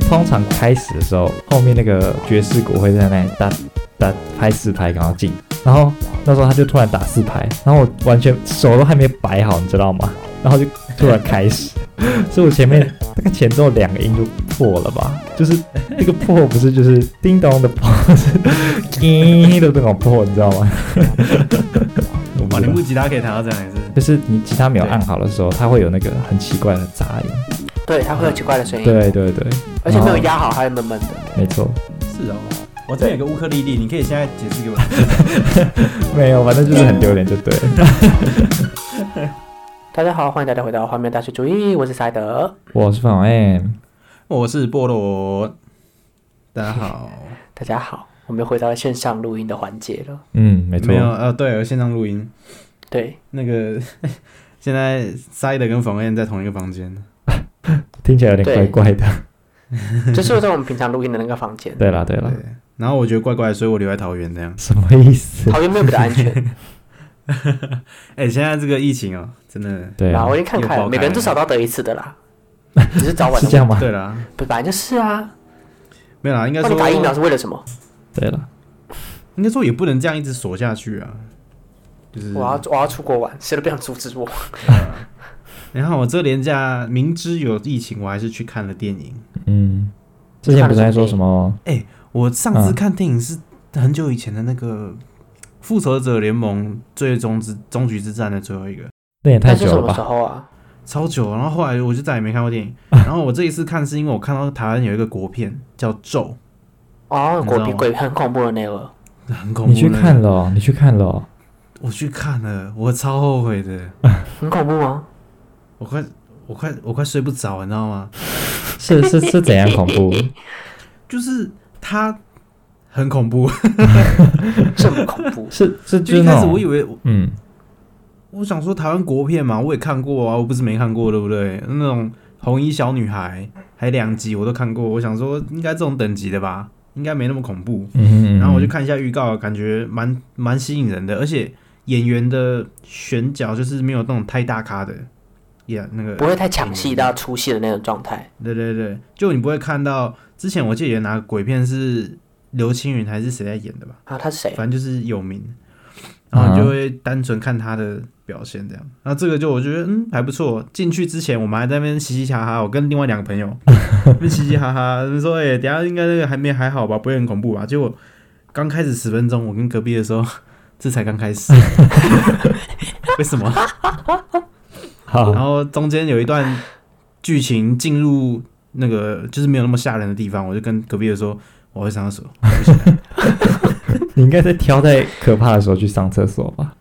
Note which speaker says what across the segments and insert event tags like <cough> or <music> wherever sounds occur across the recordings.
Speaker 1: 通常开始的时候，后面那个爵士鼓会在那里打打拍四拍，然后进。然后那时候他就突然打四拍，然后我完全手都还没摆好，你知道吗？然后就突然开始， <laughs> 所以我前面大概前奏两个音就破了吧，就是那个破不是就是叮咚的破，是 <laughs> 叮的那种破，你知道吗？我不知
Speaker 2: 哇，你
Speaker 1: 道
Speaker 2: 木吉他可以弹到这样也是，
Speaker 1: 就是你吉他没有按好的时候，它会有那个很奇怪的杂音。
Speaker 3: 对，它会有奇怪的声音，
Speaker 1: 对对对，
Speaker 3: 而且没有
Speaker 1: 然后
Speaker 3: 压好，还会闷闷的。
Speaker 1: 没错，
Speaker 2: 是哦。我这边有个乌克丽丽，你可以现在解释给我听。
Speaker 1: 没有，反正就是很丢脸就对
Speaker 2: <laughs>
Speaker 1: 了。
Speaker 3: 大家好，欢迎大家回到画面大学主义，我是赛德。
Speaker 1: 我是范伟，
Speaker 2: 我是菠萝，大家好。
Speaker 3: 大家好，我们又回到了线上录音的环节了。
Speaker 1: 嗯，没错
Speaker 2: 没，有呃，对，我线上录音。
Speaker 1: <laughs>
Speaker 3: 对，
Speaker 2: 那个 <laughs> 现在塞德跟冯燕在同一个房间，
Speaker 1: 听起来有点怪怪
Speaker 3: 对
Speaker 1: 的。
Speaker 3: 就是在我们平常录音的那个房间，
Speaker 1: 对啦对啦
Speaker 2: 对，然后我觉得怪怪的，所以我留在桃园这样。
Speaker 1: 什么意思？
Speaker 3: 好像没有比较安全。
Speaker 2: 哎、现在这个疫情哦、真的。
Speaker 1: <laughs> 对
Speaker 3: 然
Speaker 1: 啊
Speaker 3: 后，我已经看开
Speaker 2: 又爆开
Speaker 3: 了，
Speaker 2: 了
Speaker 3: 每个人至少都要得一次
Speaker 1: <laughs>
Speaker 3: 的啦，只是早晚
Speaker 1: 是
Speaker 3: 的
Speaker 1: 这样吗？
Speaker 2: 对啦，
Speaker 3: 不本来就是啊。
Speaker 2: 没有啦，应该
Speaker 3: 那你打疫苗
Speaker 2: 说
Speaker 3: 是为了什么？
Speaker 1: 对了，
Speaker 2: 应该说也不能这样一直锁下去啊。就是
Speaker 3: 我要我要出国玩，谁都不想阻止我。
Speaker 2: 然后我这廉假明知有疫情，我还是去看了电影。
Speaker 1: 嗯，之前不是还说什么？
Speaker 2: 我上
Speaker 1: 嗯
Speaker 2: 次看电影是很久以前的那个《复仇者联盟》最终之终局之战的最后一个，
Speaker 1: 那也太
Speaker 3: 那是
Speaker 1: 久
Speaker 3: 什
Speaker 1: 了
Speaker 3: 么时
Speaker 1: 吧？
Speaker 3: 候啊？
Speaker 2: 超久了。然后后来我就再也没看过
Speaker 1: <laughs>
Speaker 2: 电影。然后我这一次看是因为我看到台湾有一个国片叫《咒
Speaker 3: 哦，
Speaker 2: 你知
Speaker 3: 鬼
Speaker 2: 道
Speaker 3: 比
Speaker 2: 吗
Speaker 3: 鬼很恐怖的那个，》，
Speaker 2: 很恐怖。
Speaker 1: 你去看？了哦，你去看了哦，
Speaker 2: 我去看了，我超后悔的，
Speaker 3: 很恐怖
Speaker 1: <laughs>
Speaker 3: 吗？
Speaker 2: 我快我快我快睡不着，你知道吗？
Speaker 1: 是是是怎样恐怖？？
Speaker 2: 就是它很恐怖。
Speaker 3: 这么恐
Speaker 1: <laughs>
Speaker 3: 怖
Speaker 1: 是是就
Speaker 2: 就
Speaker 1: 是
Speaker 2: 一
Speaker 1: 那
Speaker 2: 开始我以
Speaker 1: 种
Speaker 2: 为
Speaker 1: 嗯，
Speaker 2: 我想说台湾国片嘛，我也看过啊，我不是没看过，对不对？那种红衣小女孩还两集我都看过，我想说应该这种等级的吧，应该没那么恐怖。
Speaker 1: 嗯哼嗯哼，
Speaker 2: 然后我就看一下预告，感觉蛮蛮吸引人的，而且演员的选角就是没有那种太大咖的，演、那个
Speaker 3: 不会太抢戏到出戏的那种状态。
Speaker 2: 对对对，就你不会看到之前我记得有哪个鬼片是刘青云还是谁在演的吧，
Speaker 3: 啊，他
Speaker 1: <laughs>
Speaker 3: 是谁？
Speaker 2: 反正就是有名，然后你就会单纯看他的表现这样。那这个就我觉得嗯还不错。进去之前我们还在那边嘻嘻哈哈，我跟另外两个朋友那边嘻嘻哈哈，说哎、等一下应该那个还没还好吧，不会很恐怖吧？结果刚开始十分钟，我跟隔壁的时候， <laughs> 这才刚开始，为什么？然
Speaker 1: 好，
Speaker 2: 后中间有一段剧情进入那个就是没有那么吓人的地方，我就跟隔壁的说。我会上厕所，
Speaker 1: 你应该在挑在可怕的时候去上厕所吧？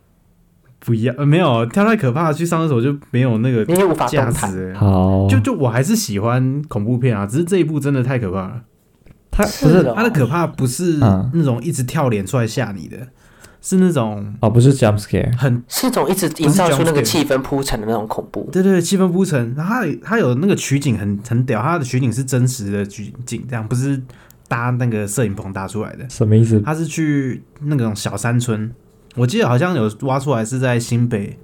Speaker 2: 不一样，呃，没有跳太可怕，去上厕所就没有那个
Speaker 3: 你也无法
Speaker 2: 价
Speaker 3: 动弹。
Speaker 2: 值、欸。
Speaker 1: 好，
Speaker 2: 就就我还是喜欢恐怖片啊，只是这一部真的太可怕了。
Speaker 1: 他不
Speaker 3: 是
Speaker 1: 是
Speaker 3: 哦
Speaker 2: 它的可怕不是
Speaker 1: 嗯
Speaker 2: 那种一直跳脸出来吓你的，是那种
Speaker 1: 哦，不是 jump scare，
Speaker 2: 很
Speaker 3: 是一种一直营造出那个气氛铺陈的那种恐怖。
Speaker 2: 对对对气氛铺陈。然后它有它有那个取景很很屌，它的取景是真实的取景，这样不是搭那个摄影棚搭出来的。
Speaker 1: 什么意思？
Speaker 2: 它是去那种小山村，我记得好像有挖出来是在新北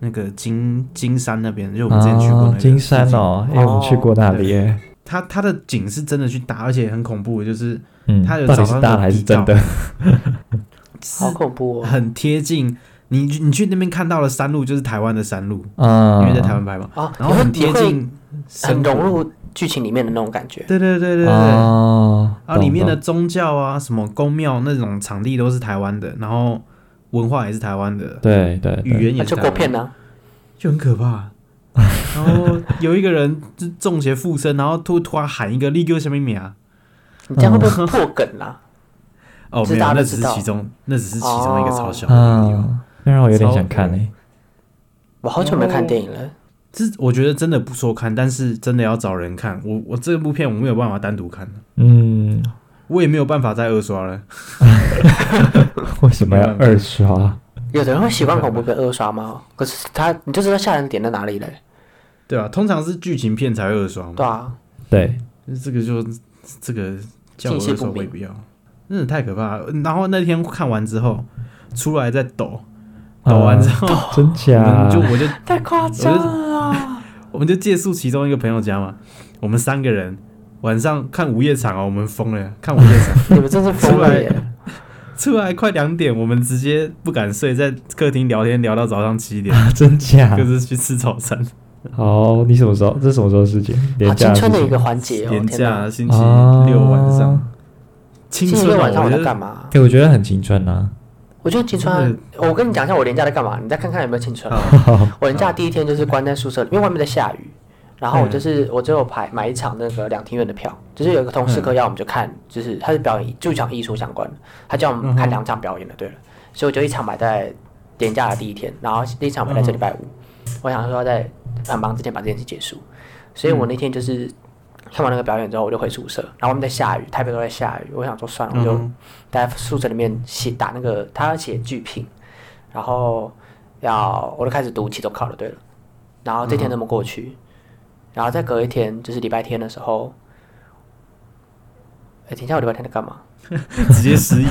Speaker 2: 那个金金山那边，就我们之前去过那
Speaker 1: 啊
Speaker 2: 个、，哦
Speaker 1: 金山。哦，因为我们去过那里耶。
Speaker 2: 它它的景是真的去搭，而且很恐怖，就是
Speaker 1: 嗯，
Speaker 2: 他有
Speaker 1: 到底
Speaker 2: 找
Speaker 1: 是
Speaker 2: 到那
Speaker 1: 大
Speaker 2: 种
Speaker 1: 的还是
Speaker 2: 地窖
Speaker 1: 真的？
Speaker 3: 好恐怖
Speaker 2: <laughs>
Speaker 3: 哦！
Speaker 2: 很贴近。你去你去那边看到的山路就是台湾的山路，
Speaker 1: 嗯，
Speaker 2: <laughs> 因为在台湾拍嘛，
Speaker 3: 啊，
Speaker 2: 然后很贴
Speaker 3: 你会，你会
Speaker 2: 近生
Speaker 3: 很
Speaker 2: 活
Speaker 3: 融。入剧情里面的那种感觉。
Speaker 2: 对对对对对，然
Speaker 1: 哦，
Speaker 2: 后里面的
Speaker 1: 懂
Speaker 2: 宗教啊，什么宫庙那种场地都是台湾的，然后文化也是台湾的
Speaker 1: 懂，对对对
Speaker 2: 语言
Speaker 3: 那
Speaker 2: 也是
Speaker 3: 就
Speaker 2: 台
Speaker 3: 国
Speaker 2: 湾
Speaker 3: 片啊
Speaker 2: 的，
Speaker 3: 呢？
Speaker 2: 就很
Speaker 1: <laughs>
Speaker 2: 可怕。然后有一个人就中邪附身，然后突突然喊一个“立哥什么名啊
Speaker 3: 你这样会不会破梗啊
Speaker 2: <laughs>
Speaker 3: 啦？”，
Speaker 2: 哦，
Speaker 3: 这
Speaker 2: 没有，
Speaker 3: 大家
Speaker 2: 那
Speaker 3: 都
Speaker 2: 只
Speaker 3: 知
Speaker 2: 是
Speaker 3: 道哦
Speaker 2: 其中，那只是其中一个超小的地方。
Speaker 1: 啊，那让我有点想看欸呢。
Speaker 3: 我好久没有看电影
Speaker 2: 哦
Speaker 3: 了。
Speaker 2: 这我觉得真的不说看，但是真的要找人看。我我这部片我没有办法单独看，
Speaker 1: 嗯，
Speaker 2: 我也没有办法再二刷了。
Speaker 1: 为什么要二啊刷？
Speaker 3: 有的人会习惯恐怖片二刷吗？可是他，你就知道吓人点在哪里了。
Speaker 2: 对啊，通常是剧情片才会二刷嘛。
Speaker 3: 对啊，
Speaker 1: 对，
Speaker 2: 这个就这个叫我
Speaker 3: 信息
Speaker 2: 二
Speaker 3: 不
Speaker 2: 刷我也
Speaker 3: 明
Speaker 2: 不要，真的太可怕了。然后那天看完之后，出来再抖抖完之后，
Speaker 1: 啊真
Speaker 2: 哦我们
Speaker 1: 假？
Speaker 2: 就
Speaker 3: <laughs>
Speaker 2: 我就
Speaker 3: 太夸张了啊！
Speaker 2: <laughs> 我们就借宿其中一个朋友家嘛，我们三个人晚上看午夜场哦，我们疯了，看午夜场，
Speaker 3: 你们真是疯了耶！啊
Speaker 2: 出来快两点，我们直接不敢睡，在客厅聊天聊到早上七
Speaker 3: <laughs>
Speaker 2: 点，
Speaker 1: 啊，真假
Speaker 2: 就？是去吃早餐。
Speaker 1: 好，你什么时候？这是什么时候的事情？
Speaker 3: 好
Speaker 1: 廉价的
Speaker 3: 青
Speaker 1: 事
Speaker 3: 春的一
Speaker 1: 情。
Speaker 3: 个环节哦，
Speaker 2: 年
Speaker 3: 天哪！
Speaker 2: 假啊星期六晚上，
Speaker 1: 啊
Speaker 2: 青
Speaker 3: 星
Speaker 2: 春啊
Speaker 3: 期六晚上我
Speaker 2: 觉
Speaker 3: 在
Speaker 2: 得
Speaker 3: 干嘛
Speaker 1: 哎、？我觉得很青春啊。
Speaker 3: 我觉得青春啊
Speaker 2: 真，
Speaker 3: 我跟你讲一下我年假在干嘛，你再看看有没有青春啊。
Speaker 2: 啊
Speaker 1: 嗯
Speaker 3: 我年假第一天就是关在宿舍里，因为外面在下雨。然后我就是我最后排买一场那个两厅院的票，就是有一个同事课要我们就看，就是他是表演就讲艺术相关的，他叫我们看两场表演的，对了，所以我就一场买在年假的第一天，然后另一场买在这礼拜五。我想说要在很忙之前把这件事结束，所以我那天就是看完那个表演之后，我就回宿舍，然后我们在下雨，台北都在下雨，我想说算了，我就
Speaker 2: 嗯
Speaker 3: 待在宿舍里面写打那个他要写剧评，然后要我就开始读期中考了，对了，然后这天这么过去，然后再隔一天就是礼拜天的时候，哎，等一下我礼拜天在干嘛？
Speaker 2: 直接失
Speaker 3: <laughs>
Speaker 2: 忆。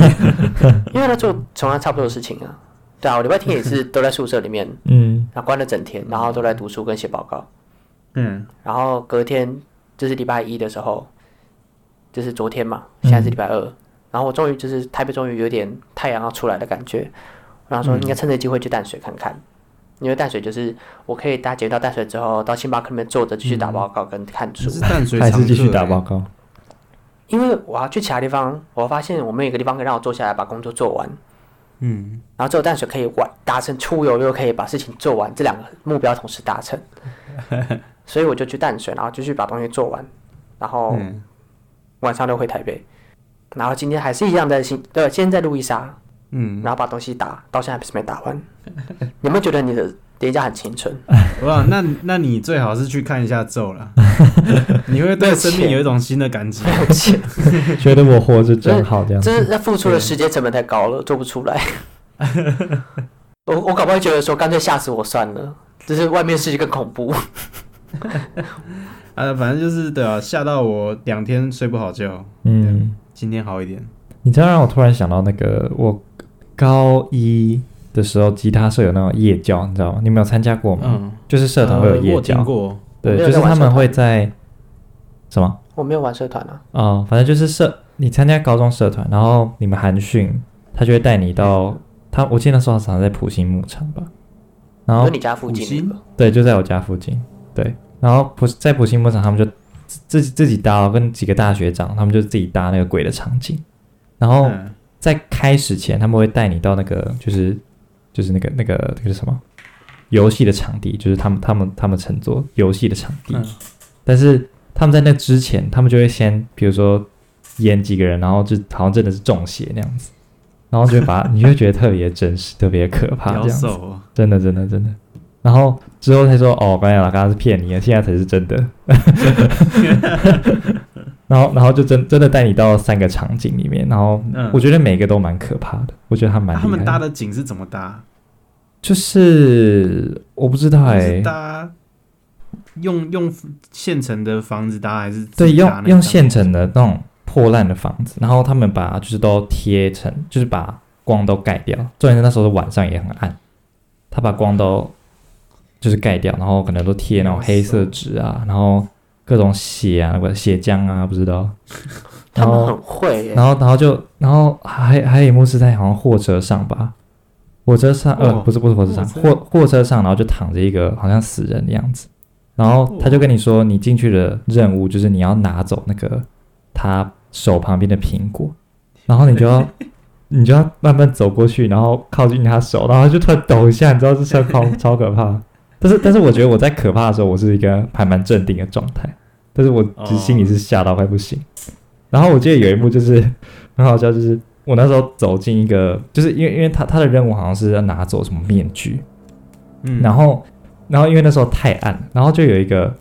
Speaker 3: 因为在做同样差不多的事情啊，对啊，我礼拜天也是都在宿舍里面，
Speaker 1: 嗯，
Speaker 3: 然后关了整天，然后都在读书跟写报告。
Speaker 2: 嗯，
Speaker 3: 然后隔天就是礼拜一的时候，就是昨天嘛，现在是礼拜二，然后我终于就是台北终于有点太阳要出来的感觉，然后说应该趁这机会去淡水看看，因为淡水就是我可以搭捷运到淡水之后，到星巴克里面坐着继续打报告跟看书，
Speaker 2: 是淡水
Speaker 1: 还
Speaker 2: 常
Speaker 1: 是继续
Speaker 2: 客
Speaker 1: 打
Speaker 2: 欸
Speaker 1: 报告。
Speaker 3: 因为我要去其他地方，我发现我们有一个地方可以让我坐下来把工作做完，
Speaker 2: 嗯，
Speaker 3: 然后只有淡水可以完达成出游，又可以把事情做完，这两个目标同时
Speaker 2: <laughs>
Speaker 3: 达成，所以我就去淡水，然后继续把东西做完，然后
Speaker 2: 嗯
Speaker 3: 晚上就回台北，然后今天还是一样在新对，今天在路易莎，
Speaker 2: 嗯，
Speaker 3: 然后把东西打到现在还是没打完，你有没有觉得你的廉价很
Speaker 2: <laughs>
Speaker 3: 青春？
Speaker 2: 哇，那那你最好是去看一下咒
Speaker 3: <laughs>
Speaker 2: 了，你会对生命有一种新的感激。
Speaker 3: 没有钱，
Speaker 1: 觉得我活着真好，这样子。
Speaker 3: 这是付出的时间成本太高了，做不
Speaker 2: <laughs>
Speaker 3: 出来。我我搞不好觉得说干脆吓死我算了，就是外面世界更恐怖。
Speaker 2: 啊，反正就是对啊，吓到我两天睡不好觉，
Speaker 1: 嗯，
Speaker 2: 今天好一点。
Speaker 1: 你知道让我突然想到那个，我高一的时候吉他社有那种夜教，你知道吗？你们有参加过吗？
Speaker 2: 嗯，
Speaker 1: 就是哦社团会有
Speaker 2: 呃我
Speaker 1: 夜
Speaker 2: 有
Speaker 1: 教，
Speaker 2: 听过，
Speaker 1: 对，
Speaker 3: 我没有
Speaker 1: 就是
Speaker 3: 在玩
Speaker 1: 他
Speaker 3: 社
Speaker 1: 们
Speaker 3: 团
Speaker 1: 会在什么？
Speaker 3: 我没有玩社团啊，
Speaker 1: 哦，反正就是社，你参加高中社团，然后你们寒训，他就会带你到他，我记得那时候好像在普星牧场吧，然后
Speaker 3: 就你家附
Speaker 2: 五
Speaker 3: 近
Speaker 2: 星
Speaker 3: 那个。
Speaker 1: 对，就在我家附近，对，然后普在普星牧场，他们就自己自己搭哦，跟几个大学长，他们就自己搭那个鬼的场景，然后
Speaker 2: 嗯
Speaker 1: 在开始前，他们会带你到那个就是就是那个那个那个是什么游戏的场地，就是他们他们他们乘坐游戏的场地，
Speaker 2: 嗯
Speaker 1: 但是他们在那之前，他们就会先，比如说演几个人，然后就好像真的是中邪那样子，然后就会把你就会觉得特别真实，特别可
Speaker 2: <laughs>
Speaker 1: 怕，这
Speaker 2: 妖
Speaker 1: 样子，
Speaker 2: 兽哦，
Speaker 1: 真的真的真的。然后之后才说哦，刚才老刚刚是骗你的，现在才是真的。 <laughs> 然后，然后就真真的带你到三个场景里面，然后
Speaker 2: 嗯
Speaker 1: 我觉得每个都蛮可怕的，我觉得他蛮
Speaker 2: 啊
Speaker 1: 厉害
Speaker 2: 他们搭
Speaker 1: 的
Speaker 2: 的景是怎么搭？
Speaker 1: 就是我不知道哎、
Speaker 2: 是搭用用现成的房子搭，还是自
Speaker 1: 对，
Speaker 2: 己
Speaker 1: 用
Speaker 2: 搭那
Speaker 1: 用
Speaker 2: 种
Speaker 1: 现成的那种破烂的房子，然后他们把就是都贴成，就是把光都盖掉。重点是那时候晚上也很暗，他把光都就是盖掉，然后可能都贴那种黑色纸啊，然后各种血啊，或者血浆啊，不知道。
Speaker 3: <laughs> 他
Speaker 1: 然
Speaker 3: 们
Speaker 1: 后
Speaker 3: 很会耶、
Speaker 1: 然后然后就然后还还有一幕是在好像货车上吧，火车上呃
Speaker 2: 哦
Speaker 1: 不是不是火车上，货
Speaker 2: 货车
Speaker 1: 货车上然后就躺着一个好像死人的样子，然
Speaker 2: 哦
Speaker 1: 后他就跟你说你进去的任务就是你要拿走那个他手旁边的苹果，然后你就要你就要慢慢走过去，然后靠近他手，然后他就突然抖一下，你知道这超 <laughs> 超超可怕。但是但是我觉得我在可怕的时候，我是一个还蛮镇定的状态，但是我只心里是吓到快不行。然后我记得有一幕就是很好笑，就是我那时候走进一个，就是因为因为他他的任务好像是要拿走什么面具，
Speaker 2: 嗯，
Speaker 1: 然后然后因为那时候太暗，然后就有一个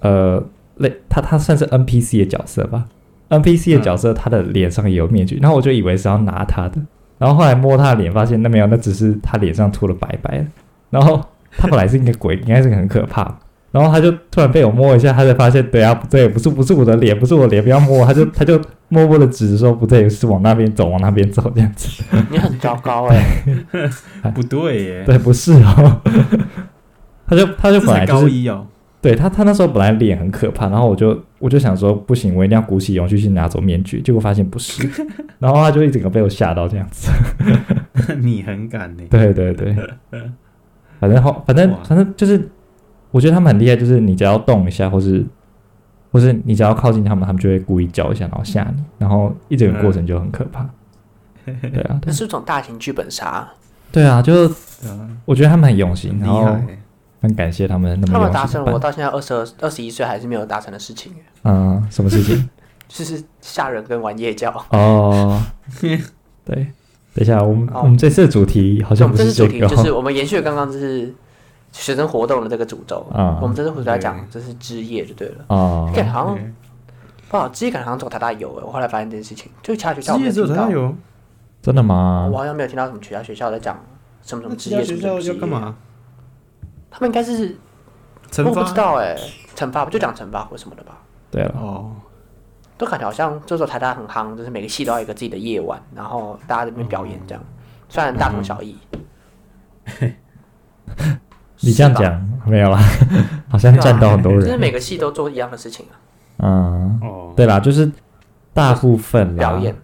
Speaker 1: 呃类他他算是 NPC 的角色吧，NPC
Speaker 2: 嗯
Speaker 1: 的角色他的脸上也有面具，然后我就以为是要拿他的，然后后来摸他的脸，发现那没有，那只是他脸上涂了白白的，然后他本来是一个
Speaker 2: <laughs>
Speaker 1: 鬼，应该是很可怕的。然后他就突然被我摸一下，他才发现，对啊，不对，不是不是我的脸，不是我的脸，不要摸我，他就他就默默的指着说，不对，是往那边走，往那边走这样子。
Speaker 3: 你很糟糕哎、
Speaker 2: 不对 <laughs> 耶，
Speaker 1: 对，不是哦。 <laughs> 他就他就
Speaker 2: 这
Speaker 1: 本来
Speaker 2: 才
Speaker 1: 就
Speaker 2: 高
Speaker 1: 是
Speaker 2: 一哦， <laughs>
Speaker 1: 对他他那时候本来脸很可怕，然后我就我就想说不行，我一定要鼓起勇气去拿走面具，结果发现不
Speaker 2: <laughs>
Speaker 1: 是，然后他就一整个被我吓到这样子。
Speaker 2: 你很敢呢、
Speaker 1: 对对
Speaker 2: <laughs>
Speaker 1: 对，反正后反正
Speaker 2: 哇
Speaker 1: 反正就是，我觉得他们很厉害，就是你只要动一下，或是或是你只要靠近他们，他们就会故意叫一下，然后吓你，然后一整个过程就很可怕。
Speaker 2: 嗯
Speaker 1: <laughs> 对
Speaker 2: <laughs>
Speaker 1: 啊，
Speaker 3: 那
Speaker 1: 对
Speaker 3: 是一种大型剧本杀。
Speaker 1: 对啊，就是
Speaker 2: 对啊，
Speaker 1: 我觉得他们很用心，
Speaker 2: 很厉
Speaker 1: 然后
Speaker 2: 害欸、
Speaker 1: 很感谢他们那
Speaker 3: 他
Speaker 1: 么
Speaker 3: 们
Speaker 1: 用
Speaker 3: 达
Speaker 1: 心
Speaker 3: 成
Speaker 1: 地
Speaker 3: 了我
Speaker 1: 办。
Speaker 3: 到现在二十二、二十一岁还是没有达成的事情，
Speaker 1: 嗯，什么事情？
Speaker 3: 就是吓人跟玩夜教。
Speaker 1: 哦，
Speaker 3: <laughs>
Speaker 1: 对，等一下，我们、
Speaker 3: 哦
Speaker 1: 我们这次的主题好
Speaker 3: 我
Speaker 1: 像
Speaker 3: 们
Speaker 1: 不
Speaker 3: 这次
Speaker 1: 这
Speaker 3: 主题
Speaker 1: 个哦，
Speaker 3: 就是我们延续了刚刚就是学生活动的这个主轴，
Speaker 1: 啊
Speaker 3: 我们这次回来讲
Speaker 2: 对
Speaker 3: 就是枝叶就对了。
Speaker 1: 哦
Speaker 3: 感觉好像
Speaker 2: 对
Speaker 3: 不好，枝叶感觉好像只有台大有诶，我后来发现这件事情，就其他学校我
Speaker 2: 职
Speaker 3: 没
Speaker 2: 业只
Speaker 3: 有
Speaker 2: 有
Speaker 3: 听到
Speaker 2: 他，有，
Speaker 1: 真的吗
Speaker 3: 我？好像没有听到什么其他学校在讲什么什
Speaker 2: 那
Speaker 3: 么
Speaker 2: 其
Speaker 3: 枝
Speaker 2: 他
Speaker 3: 叶什
Speaker 2: 学
Speaker 3: 么
Speaker 2: 校
Speaker 3: 什
Speaker 2: 要
Speaker 3: 么
Speaker 2: 干
Speaker 3: 枝叶。
Speaker 2: 嘛？
Speaker 3: 他们应该是
Speaker 2: 惩
Speaker 3: 我不知
Speaker 2: 罚？
Speaker 3: 道哎，惩罚吧就讲惩罚或什么的吧。
Speaker 1: 对了，
Speaker 2: 哦，
Speaker 3: 都感觉好像这时候台大很夯，就是每个系都要有一个自己的夜晚，然后大家在那边表演这样，虽然大同小异。
Speaker 1: 你这样
Speaker 3: 是吧，
Speaker 1: 讲没有啦， <laughs> 好像占到很多
Speaker 3: 就是
Speaker 1: 人。
Speaker 3: 每个系都做一样的事情啊，
Speaker 1: 嗯，
Speaker 2: 哦，
Speaker 1: 对啦，就是大部分啦
Speaker 3: 表演。。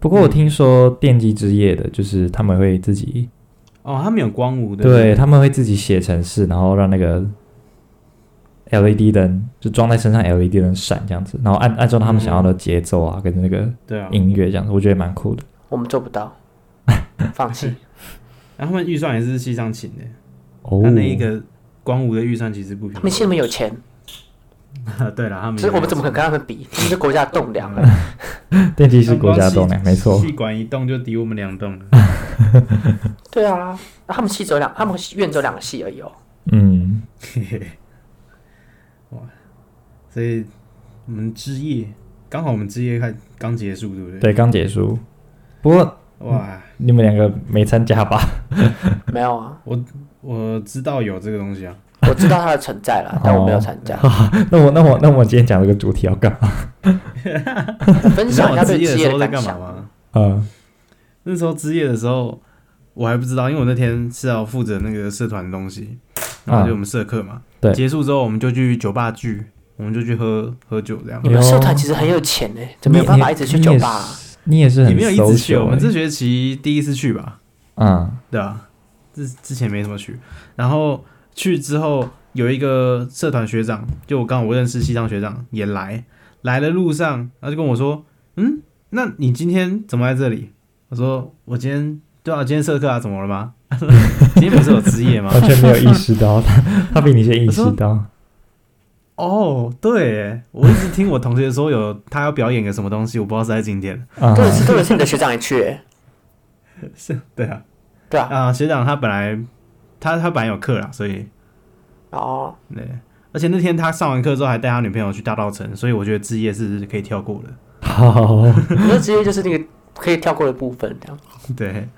Speaker 1: 不过我听说电机之夜的，就是他们会自己，
Speaker 2: 哦，他们有光舞的，
Speaker 1: 对，他们会自己写程式，然后让那个 LED 灯就装在身上，LED 灯闪这样子，然后按按照他们想要的节奏啊，跟那个
Speaker 2: 对啊，
Speaker 1: 音乐这样子，我觉得蛮酷的。
Speaker 3: 我们做不到，放弃。
Speaker 2: 然后他们预算也是西上请的，
Speaker 1: 哦，
Speaker 2: 他那一个光舞的预算其实不
Speaker 3: 他
Speaker 2: 便
Speaker 3: 们
Speaker 2: 宜。
Speaker 3: 系那么有钱，
Speaker 2: <laughs> 对了，他们
Speaker 3: 所以我们怎么可能跟他们比？这是国家栋梁啊！
Speaker 1: 电机是国家栋梁，没错。
Speaker 2: 气管一动就抵我们两栋了。
Speaker 3: 对啊，那他们系只有两，他们院只有两个系而已哦。
Speaker 1: 嗯，
Speaker 2: 所以我们之夜刚好我们之夜看刚结束，对不对？
Speaker 1: 对，刚结束。不过
Speaker 2: 哇，
Speaker 1: 你们两个没参加吧？ <laughs>
Speaker 3: 没有啊，
Speaker 2: 我知道有这个东西啊，
Speaker 3: 我知道它的存在了，但我没有参加。
Speaker 1: 那我那我那我今天讲这个主题要干嘛？
Speaker 3: 分
Speaker 2: 你知道
Speaker 3: 享一
Speaker 2: 我
Speaker 3: 下对
Speaker 2: 之夜的
Speaker 3: 职业
Speaker 2: 时候在干
Speaker 3: 感
Speaker 2: 嘛
Speaker 3: 想。
Speaker 2: 吗？
Speaker 1: 嗯
Speaker 2: 那时候之夜的时候，我还不知道，因为我那天是要负责那个社团的东西，然后就我们社课嘛。
Speaker 1: 对
Speaker 2: 结束之后我们就去酒吧聚，我们就去喝喝酒这样
Speaker 3: 你。们社团其实很有钱呢，怎么有办法一直去酒吧啊？
Speaker 1: 你也是
Speaker 2: 也
Speaker 1: 很
Speaker 2: 没有一直去，
Speaker 1: social
Speaker 2: 我们
Speaker 1: 欸
Speaker 2: 这学期第一次去吧，
Speaker 1: 嗯
Speaker 2: 对啊，之之前没什么去，然后去之后有一个社团学长，就我刚好我认识西藏学长也来，来的路上他就跟我说，嗯，那你今天怎么在这里？我说我今天对啊，今天社课啊，怎么了吗？ <laughs> 今天不是有职业吗？
Speaker 1: 完全没有意识到 <laughs> 他，他比你先意识到。
Speaker 2: 哦，对耶，我一直听我同学说有他要表演个什么东西，我不知道是在今天，
Speaker 1: 嗯
Speaker 3: 特别是特别是你的学长也去欸，
Speaker 2: 是对啊，
Speaker 3: 对啊，
Speaker 2: 啊、学长他本来他他本来有课啦，所以
Speaker 3: 哦，
Speaker 2: 对，而且那天他上完课之后还带他女朋友去大稻城，所以我觉得之夜是可以跳过的。
Speaker 1: 啊好，
Speaker 3: 你的职业就是那个可以跳过的部分，这样。
Speaker 2: 对，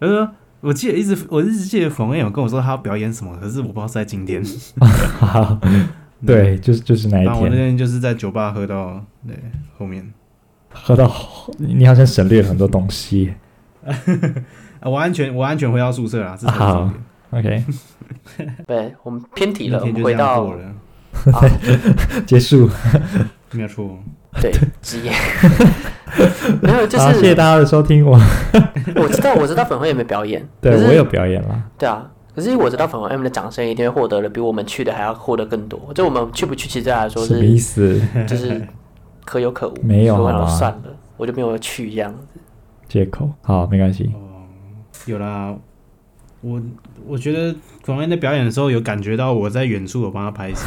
Speaker 2: 我就说我记得一直我一直记得冯恩有跟我说他要表演什么，可是我不知道是在今天。
Speaker 1: 好，对，就是就是那一
Speaker 2: 然嗯后我那
Speaker 1: 天，
Speaker 2: 天就是在酒吧喝到对后面、
Speaker 1: 喝到你你好像省略了很多东西。
Speaker 2: 啊，我安全我安全回到宿舍啦，这才是重点。 <laughs>
Speaker 1: OK，
Speaker 3: 对，我们偏题
Speaker 2: 那
Speaker 3: 了，我
Speaker 2: 天就
Speaker 3: 们
Speaker 2: 这
Speaker 3: 回
Speaker 2: 样
Speaker 3: 到
Speaker 2: 过了，
Speaker 3: 啊，
Speaker 1: 结束。
Speaker 2: 没有错。
Speaker 3: 对，职业 <laughs> 没有，就
Speaker 1: 好，啊谢谢
Speaker 3: 是
Speaker 1: 大家的收听。我
Speaker 3: 我知道我知道粉红也没表演，
Speaker 1: 对
Speaker 3: 可是
Speaker 1: 我有表演啦。
Speaker 3: 对啊，可是我知道粉红 M 的掌声一定会获得的比我们去的还要获得更多，就我们去不去，其实对他来说
Speaker 1: 什么意
Speaker 3: 是
Speaker 1: 思？
Speaker 3: 就是可有可无，
Speaker 1: 没有
Speaker 3: 所以
Speaker 1: 好
Speaker 3: 我想
Speaker 1: 吗
Speaker 3: 说算了，我就没有去这样。
Speaker 1: 借口？好，没关系。
Speaker 2: 哦有啦，我我觉得冯恩在表演的时候有感觉到我在远处有帮他拍手，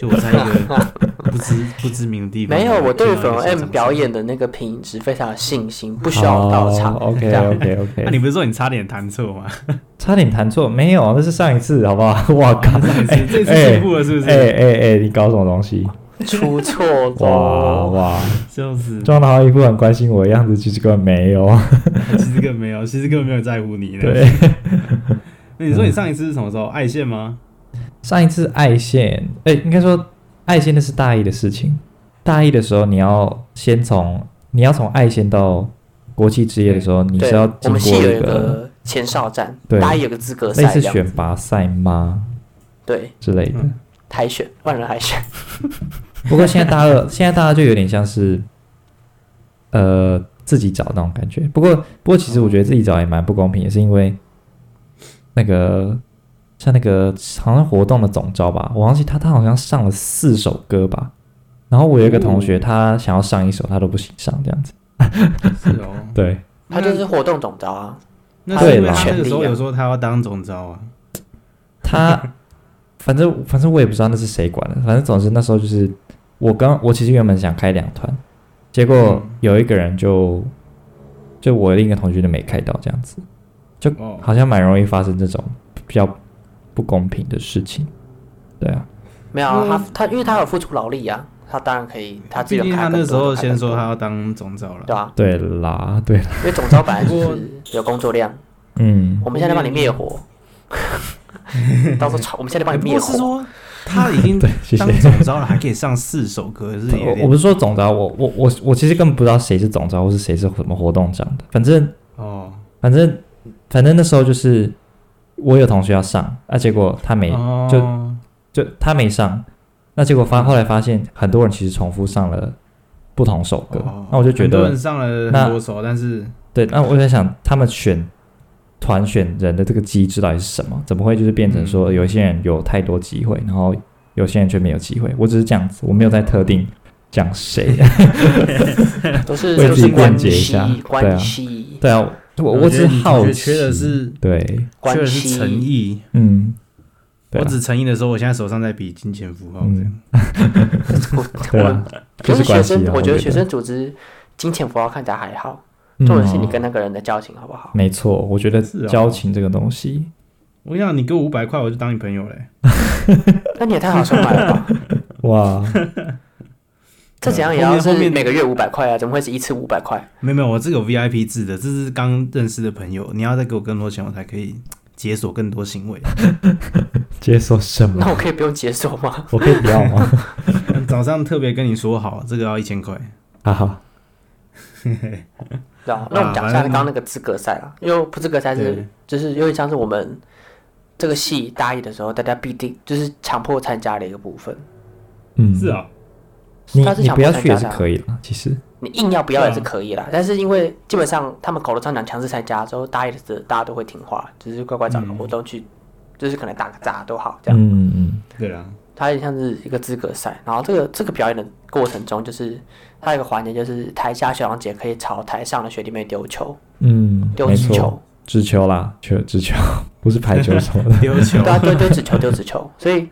Speaker 2: 就我在一个 <laughs> 不知不知名的地方。
Speaker 3: 没有，我对粉红 M 表
Speaker 2: 演。
Speaker 3: 演的那个品质非常有信心，不需
Speaker 1: 哦
Speaker 3: 要我到场。 <laughs> 这
Speaker 1: OK
Speaker 3: 样
Speaker 1: OK
Speaker 2: 那、你
Speaker 1: OK，
Speaker 2: 不是说你差点弹
Speaker 1: <laughs>
Speaker 2: 错吗？
Speaker 1: 差点弹错，没有，那是上一次，好不好？ <laughs> 我靠，
Speaker 2: 这次
Speaker 1: 哎
Speaker 2: 进步了是不是？
Speaker 1: 哎哎哎，你搞什么东西？
Speaker 3: 出错
Speaker 1: 哇
Speaker 3: 喽！
Speaker 1: 哇，
Speaker 2: 就是，
Speaker 1: 装的好像一副很关心我的样子，其实根本没有。
Speaker 2: <laughs>
Speaker 1: <laughs>
Speaker 2: 其实根本没有，其实根本没有在乎你呢。
Speaker 1: 对，
Speaker 2: <laughs> 那你说你上一次是什么时候？爱线吗？
Speaker 1: 上一次爱线，哎、应该说爱线那是大一的事情。大一的时候，你要先从你要从爱线到国际职业的时候，你
Speaker 3: 嗯对
Speaker 1: 是要，
Speaker 3: 我
Speaker 1: 经
Speaker 3: 们系
Speaker 1: 过
Speaker 3: 有一
Speaker 1: 一个
Speaker 3: 个前哨战，
Speaker 1: 对
Speaker 3: 大一有个资格
Speaker 1: 类
Speaker 3: 赛
Speaker 1: 似
Speaker 3: 这样
Speaker 1: 选
Speaker 3: 子，
Speaker 1: 拔赛吗
Speaker 3: 对，
Speaker 1: 之类的。
Speaker 2: 嗯 <laughs>
Speaker 3: 海选，万人海选，
Speaker 1: <laughs> 不过现在大二，现在大二就有点像是，呃，自己找那种感觉。不过，不过其实我觉得自己找也蛮不公平，也是因为那个像那个好像活动的总招吧，我忘记他他好像上了四首歌吧。然后我有一个同学，他想要上一首，他都不行上这样子。
Speaker 2: 是哦，
Speaker 1: 对，
Speaker 3: 他就是活动总招啊，
Speaker 2: 那是因为
Speaker 1: 对啦啊
Speaker 2: 他那个时候有说他要当总招啊， <laughs>
Speaker 1: 他反正反正我也不知道那是谁管的，反正总之那时候就是我刚我其实原本想开两团，结果
Speaker 2: 嗯
Speaker 1: 有一个人就就我另一个同学就没开到这样子，就
Speaker 2: 哦，
Speaker 1: 好像蛮容易发生这种比较不公平的事情。对啊，
Speaker 3: 没有啊他他因为他有付出劳力啊，他当然可以，他自
Speaker 2: 嗯毕
Speaker 3: 己
Speaker 2: 竟
Speaker 3: 有
Speaker 2: 他
Speaker 3: 开
Speaker 2: 那
Speaker 3: 更
Speaker 2: 时候
Speaker 3: 多就开
Speaker 2: 先
Speaker 3: 更
Speaker 2: 说
Speaker 3: 多
Speaker 2: 他要当总招了，
Speaker 3: 对啊，
Speaker 1: 对啦，对啦，
Speaker 3: 因为总招本来就
Speaker 2: 不过
Speaker 3: 是有工作量，
Speaker 1: 嗯，
Speaker 3: 我们现在帮你灭火，
Speaker 2: <laughs>
Speaker 3: 到时候吵我们现在帮
Speaker 2: 哎
Speaker 3: 你
Speaker 2: 不
Speaker 3: 灭
Speaker 2: 过是
Speaker 3: 火，
Speaker 2: 说他已
Speaker 1: <laughs>
Speaker 2: 经
Speaker 1: 对谢谢
Speaker 2: 当总招了，还可以上四首歌，是有
Speaker 1: 我我
Speaker 2: 点
Speaker 1: 不是说总招，我我我我其实根本不知道谁是总招或是谁是什么活动长的，反正
Speaker 2: 哦
Speaker 1: 反正反正那时候就是我有同学要上，啊，结果他没、
Speaker 2: 哦，
Speaker 1: 就就他没上，那结果发后来发现很多人其实重复上了不同首歌，
Speaker 2: 哦
Speaker 1: 那我就觉
Speaker 2: 很多
Speaker 1: 得
Speaker 2: 人上了
Speaker 1: 那
Speaker 2: 很多首，但是
Speaker 1: 对，那我在想他们选团选人的这个机制到底是什么？怎么会就是变成
Speaker 2: 嗯
Speaker 1: 说有一些人有太多机会，然后有些人却没有机会？我只是这样子，我没有在特定讲
Speaker 2: <laughs>
Speaker 1: 谁。
Speaker 3: 都是
Speaker 1: 为
Speaker 3: 都
Speaker 1: 自己
Speaker 3: 是
Speaker 1: 辩
Speaker 3: 关
Speaker 1: 解一
Speaker 3: 系
Speaker 1: 下对啊
Speaker 3: 关系
Speaker 1: 对啊，我
Speaker 2: 呃我
Speaker 1: 我
Speaker 2: 觉
Speaker 1: 只
Speaker 2: 得
Speaker 1: 是
Speaker 2: 你
Speaker 1: 好
Speaker 2: 同学
Speaker 1: 奇，
Speaker 2: 缺的是
Speaker 1: 对，
Speaker 2: 缺的
Speaker 3: 关
Speaker 2: 是诚
Speaker 3: 系， <laughs>
Speaker 2: 意。
Speaker 1: 嗯，对
Speaker 2: 我
Speaker 1: 啊嗯
Speaker 2: 只诚意的时候，我现在手上在比金钱符号这样。
Speaker 1: 对啊，
Speaker 3: 可
Speaker 1: 就是
Speaker 3: 学
Speaker 1: 关系
Speaker 3: 生
Speaker 1: 啊，
Speaker 3: 我
Speaker 1: 觉
Speaker 3: 觉得学生组织金钱符号看起来还好，
Speaker 1: 嗯
Speaker 3: 重点是你
Speaker 1: 哦
Speaker 3: 跟那个人的交情好不好？
Speaker 1: 没错，我觉得
Speaker 2: 是哦
Speaker 1: 交情这个东西，
Speaker 2: 我跟你讲，你给我五百块，我就当你朋友嘞。
Speaker 3: 那你也太好收
Speaker 2: <laughs>
Speaker 3: 买了吧？
Speaker 1: 哇，
Speaker 3: 这怎样也
Speaker 2: 嗯
Speaker 3: 要
Speaker 2: 后面后
Speaker 3: 是
Speaker 2: 面
Speaker 3: 每个月五百块啊？怎么会是一次五百块？
Speaker 2: 没有没有，我这个有 VIP 制的，这是刚认识的朋友，你要再给我更多钱，我才可以解锁更多
Speaker 1: <laughs>
Speaker 2: 行为。
Speaker 1: 接受什么 <laughs>
Speaker 2: 嗯
Speaker 3: 那？我可以不用解锁
Speaker 2: <laughs>
Speaker 3: 吗？
Speaker 1: 我可以不要吗？
Speaker 2: 早上特别跟你说好，这个要一千块。
Speaker 1: 哈哈，
Speaker 3: 对啊，那我们讲一下刚刚那个资格赛啊，因为不资格赛是
Speaker 2: 对
Speaker 3: 就是有点像是我们这个系大一的时候，大家必定就是强迫参加的一个部分。
Speaker 1: 嗯，
Speaker 2: 是，啊，
Speaker 1: 你
Speaker 3: 他是
Speaker 1: 你
Speaker 3: 强
Speaker 1: 不
Speaker 3: 迫
Speaker 1: 要
Speaker 3: 参
Speaker 1: 去也
Speaker 3: 加
Speaker 1: 是
Speaker 3: 的啊
Speaker 1: 可以的，其实，
Speaker 3: 你硬要不要
Speaker 2: 对啊
Speaker 3: 也是可以啦，但是因为基本上他们搞了这两强制参加之后，大一的大家都会听话，只是乖乖找个活动
Speaker 2: 嗯
Speaker 3: 去，就是可能打个杂都好这样。
Speaker 1: 嗯嗯
Speaker 2: 对啊啦，。
Speaker 3: 它有点像是一个资格赛，然后这个这个表演的过程中，就是它有一个环节，就是台下学长姐可以朝台上的学弟妹丢球，
Speaker 1: 嗯，
Speaker 3: 丢
Speaker 1: 没
Speaker 3: 纸球
Speaker 1: 错，。直球啦，球直球， <laughs> 不是排球什么的
Speaker 2: <laughs> 丢球
Speaker 3: 对。啊，丢丢纸球，丢纸球。所以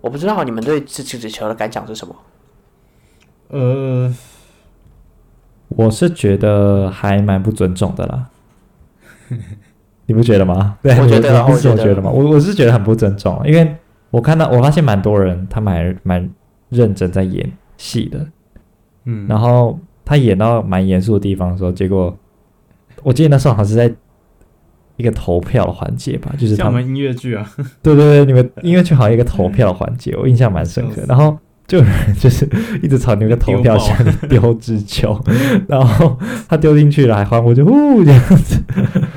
Speaker 3: 我不知道你们对纸纸纸球的感想是什么。
Speaker 2: 呃，
Speaker 1: 我是觉得还蛮不尊重的啦， <laughs> 你不觉得吗？对，
Speaker 3: 我觉得
Speaker 1: 你不是
Speaker 3: 我
Speaker 1: 我
Speaker 3: 觉
Speaker 1: 觉
Speaker 3: 得
Speaker 1: 得吗？我我是觉得很不尊重，啊因为我看到我发现蛮多人他们还蛮认真在演戏的，
Speaker 2: 嗯，
Speaker 1: 然后他演到蛮严肃的地方的时候，结果我记得那时候好像是在一个投票的环节吧，就是
Speaker 2: 像
Speaker 1: 他
Speaker 2: 我
Speaker 1: 们
Speaker 2: 们音乐
Speaker 1: <laughs>
Speaker 2: 剧啊，
Speaker 1: 对对对，你们音乐剧好像有一个投票环节，我印象蛮深刻。然后就有人就是一直朝你那个投票箱里丢纸球， <laughs> 然后他丢进去了还欢呼，就呼这样子。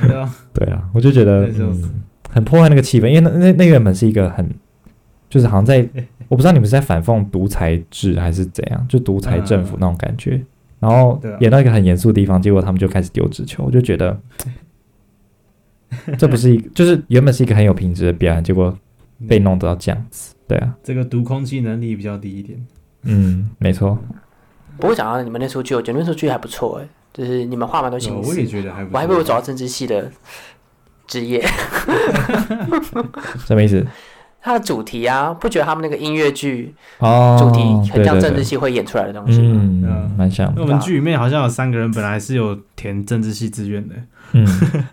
Speaker 2: 对啊，
Speaker 1: 对啊，我就觉得、
Speaker 2: 对就是
Speaker 1: 嗯、很破坏那个气氛，因为那那那原本是一个很就是好像在
Speaker 2: <laughs>
Speaker 1: 我不知道你们是在反讽独裁制还是怎样，就独裁政府那种感觉。然后
Speaker 2: 对啊
Speaker 1: 演到一个很严肃的地方，结果他们就开始丢纸球，我就觉得这不是一个， <laughs> 就是原本是一个很有品质的表演，结果被弄到这样子，对啊，
Speaker 2: 这个读空气能力比较低一点。
Speaker 1: 嗯，没错，
Speaker 3: 不过讲到你们那出剧，我觉得那出剧还不错哎、就是你们画蛮多
Speaker 2: 有
Speaker 3: 心
Speaker 2: 我
Speaker 3: 思
Speaker 2: 也。觉得还不错。
Speaker 3: 我还以为我走到政治系的职业， <laughs>
Speaker 1: 什么意思？
Speaker 3: 它的主题啊，不觉得他们那个音乐剧
Speaker 1: 哦，
Speaker 3: 主题很
Speaker 1: 对
Speaker 3: 像
Speaker 1: 对
Speaker 3: 政治
Speaker 1: 对
Speaker 3: 系会演出来的东西吗？
Speaker 1: 嗯
Speaker 2: 对啊，
Speaker 1: 蛮像的，
Speaker 2: 那我们剧里面好像有三个人本来是有填政治系志愿的，
Speaker 1: 嗯，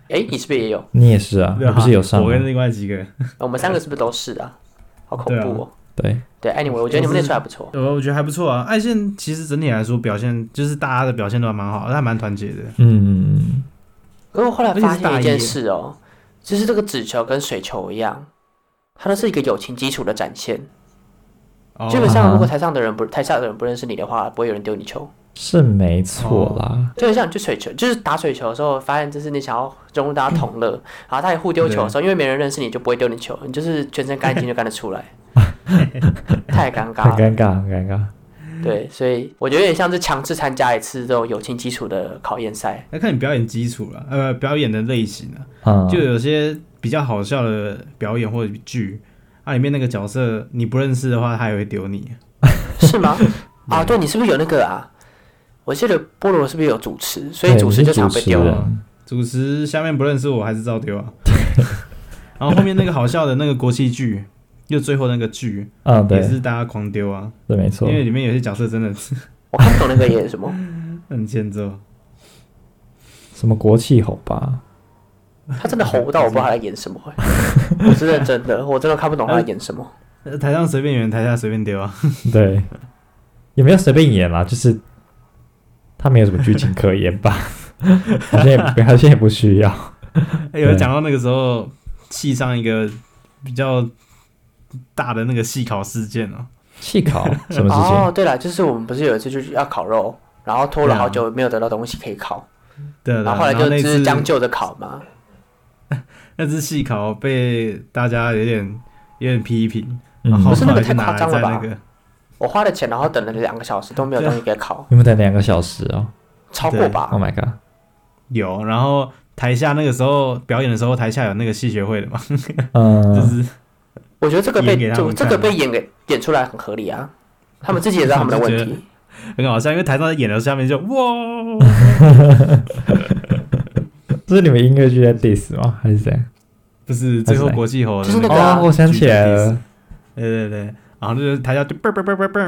Speaker 3: 哎、你是不是也有？
Speaker 1: 你也是啊，
Speaker 2: 对
Speaker 1: 你
Speaker 2: 啊
Speaker 1: 不是有上
Speaker 2: 我
Speaker 1: 吗？
Speaker 2: 跟另外几个，
Speaker 3: 我们三个是不是都是啊？好恐怖哦！
Speaker 1: 对，啊
Speaker 3: 对，anyway，我觉得你们那出还不错。
Speaker 2: 呃，我觉得还不错啊。爱线其实整体来说表现就是大家的表现都还蛮好，还蛮团结的。
Speaker 1: 嗯嗯嗯，
Speaker 3: 可是我后来发现
Speaker 2: 而且是
Speaker 3: 一
Speaker 2: 大一耶
Speaker 3: 件事哦，就是这个纸球跟水球一样，它都是一个友情基础的展现。
Speaker 2: 哦
Speaker 3: 基本上，
Speaker 1: 啊
Speaker 3: 如果台上的人不台下的人不认识你的话，不会有人丢你球。
Speaker 1: 是没错啦，
Speaker 3: 就很像你去水球，就是打水球的时候，发现就是你想要融入大家 <laughs> <laughs> 同乐，然后大家互丢球的时候，因为没人认识你，就不会丢你球，你就是全身干净就干得出来。太尴
Speaker 1: 很
Speaker 3: 尬了。
Speaker 1: 尴尬，很尴尬。
Speaker 3: 对，所以我觉得有点像是强制参加一次这种友情基础的考验赛。
Speaker 2: 要看你表演基础了，呃，表演的类型啊，
Speaker 1: 嗯，
Speaker 2: 就有些比较好笑的表演或者剧，啊，里面那个角色你不认识的话，他也会丢你。
Speaker 3: 是
Speaker 1: <laughs>
Speaker 3: 吗？啊，对，你是不是有那个啊？我记得菠萝是不是有主持，所以
Speaker 1: 对
Speaker 3: 主
Speaker 1: 你
Speaker 3: 持
Speaker 1: 是
Speaker 3: 就常
Speaker 1: 主
Speaker 3: 被
Speaker 1: 持
Speaker 3: 丢了。
Speaker 1: 人，
Speaker 2: 主持下面不认识我还是照丢啊。 <laughs> 然后后面那个好笑的那个国际剧，就最后那个剧
Speaker 1: 嗯，
Speaker 2: 也
Speaker 1: 对，
Speaker 2: 是大家狂丢啊，
Speaker 1: 对，没错
Speaker 2: 因。为里面有些角色真的是
Speaker 3: 我看不懂那个演什么，
Speaker 2: 很欠揍。
Speaker 1: 什么国气吼吧？ <laughs>
Speaker 3: 他真的吼不到，我不知道他在演什么、欸我是认真的，我真的看不懂他在演什么。
Speaker 2: 呃台上随便演，台下随便丢啊。
Speaker 1: 对，也没有随便演啦，就是他没有什么剧情可言
Speaker 3: <laughs>
Speaker 1: 吧？好像也不好像也不需要。
Speaker 2: 哎有人讲到那个时候，系上一个比较大的那个系考事件哦、
Speaker 1: 弃考什么事情？
Speaker 3: 哦，对了，就是我们不是有一次就是要烤肉，然后拖了好久没有得到东西可以烤，
Speaker 2: 对啊对
Speaker 3: 然
Speaker 2: 啊，
Speaker 3: 后后来
Speaker 2: 然后
Speaker 3: 就
Speaker 2: 那
Speaker 3: 只
Speaker 2: 次
Speaker 3: 是将就着烤嘛。
Speaker 2: 那次系考被大家有点有点批评，
Speaker 1: 嗯
Speaker 2: 然后
Speaker 3: 不是
Speaker 2: 后
Speaker 3: 那个
Speaker 2: 来
Speaker 3: 太
Speaker 2: 就拿
Speaker 3: 夸
Speaker 2: 来
Speaker 3: 张了
Speaker 2: 在
Speaker 3: 吧
Speaker 2: 那个
Speaker 3: 我花了钱，然后等了两个小时都没有东西给烤，
Speaker 1: 你们等两个小时哦
Speaker 3: 超过
Speaker 2: 对
Speaker 3: 吧
Speaker 1: ！Oh？my
Speaker 3: <laughs>
Speaker 1: god！
Speaker 2: 有，然后台下那个时候表演的时候，台下有那个系学会的嘛，就
Speaker 1: 嗯，
Speaker 2: 是
Speaker 3: 我觉得这个被
Speaker 2: 演给他
Speaker 3: 就
Speaker 2: 们
Speaker 3: 这
Speaker 2: 看
Speaker 3: 个被演给演出来很合理啊，他们自己也知道他们的问
Speaker 2: 他们就
Speaker 3: 题。
Speaker 2: 很好笑，因为台上在演的时候下面就哇， <laughs>
Speaker 1: 这是你们音乐剧在 diss 吗？还是怎样？
Speaker 2: 不是最后国际吼的
Speaker 3: 就是那
Speaker 2: 个，
Speaker 3: 个啊
Speaker 1: 哦，我想起来了，
Speaker 2: 对对对，然后就是台下就嘣嘣嘣嘣嘣，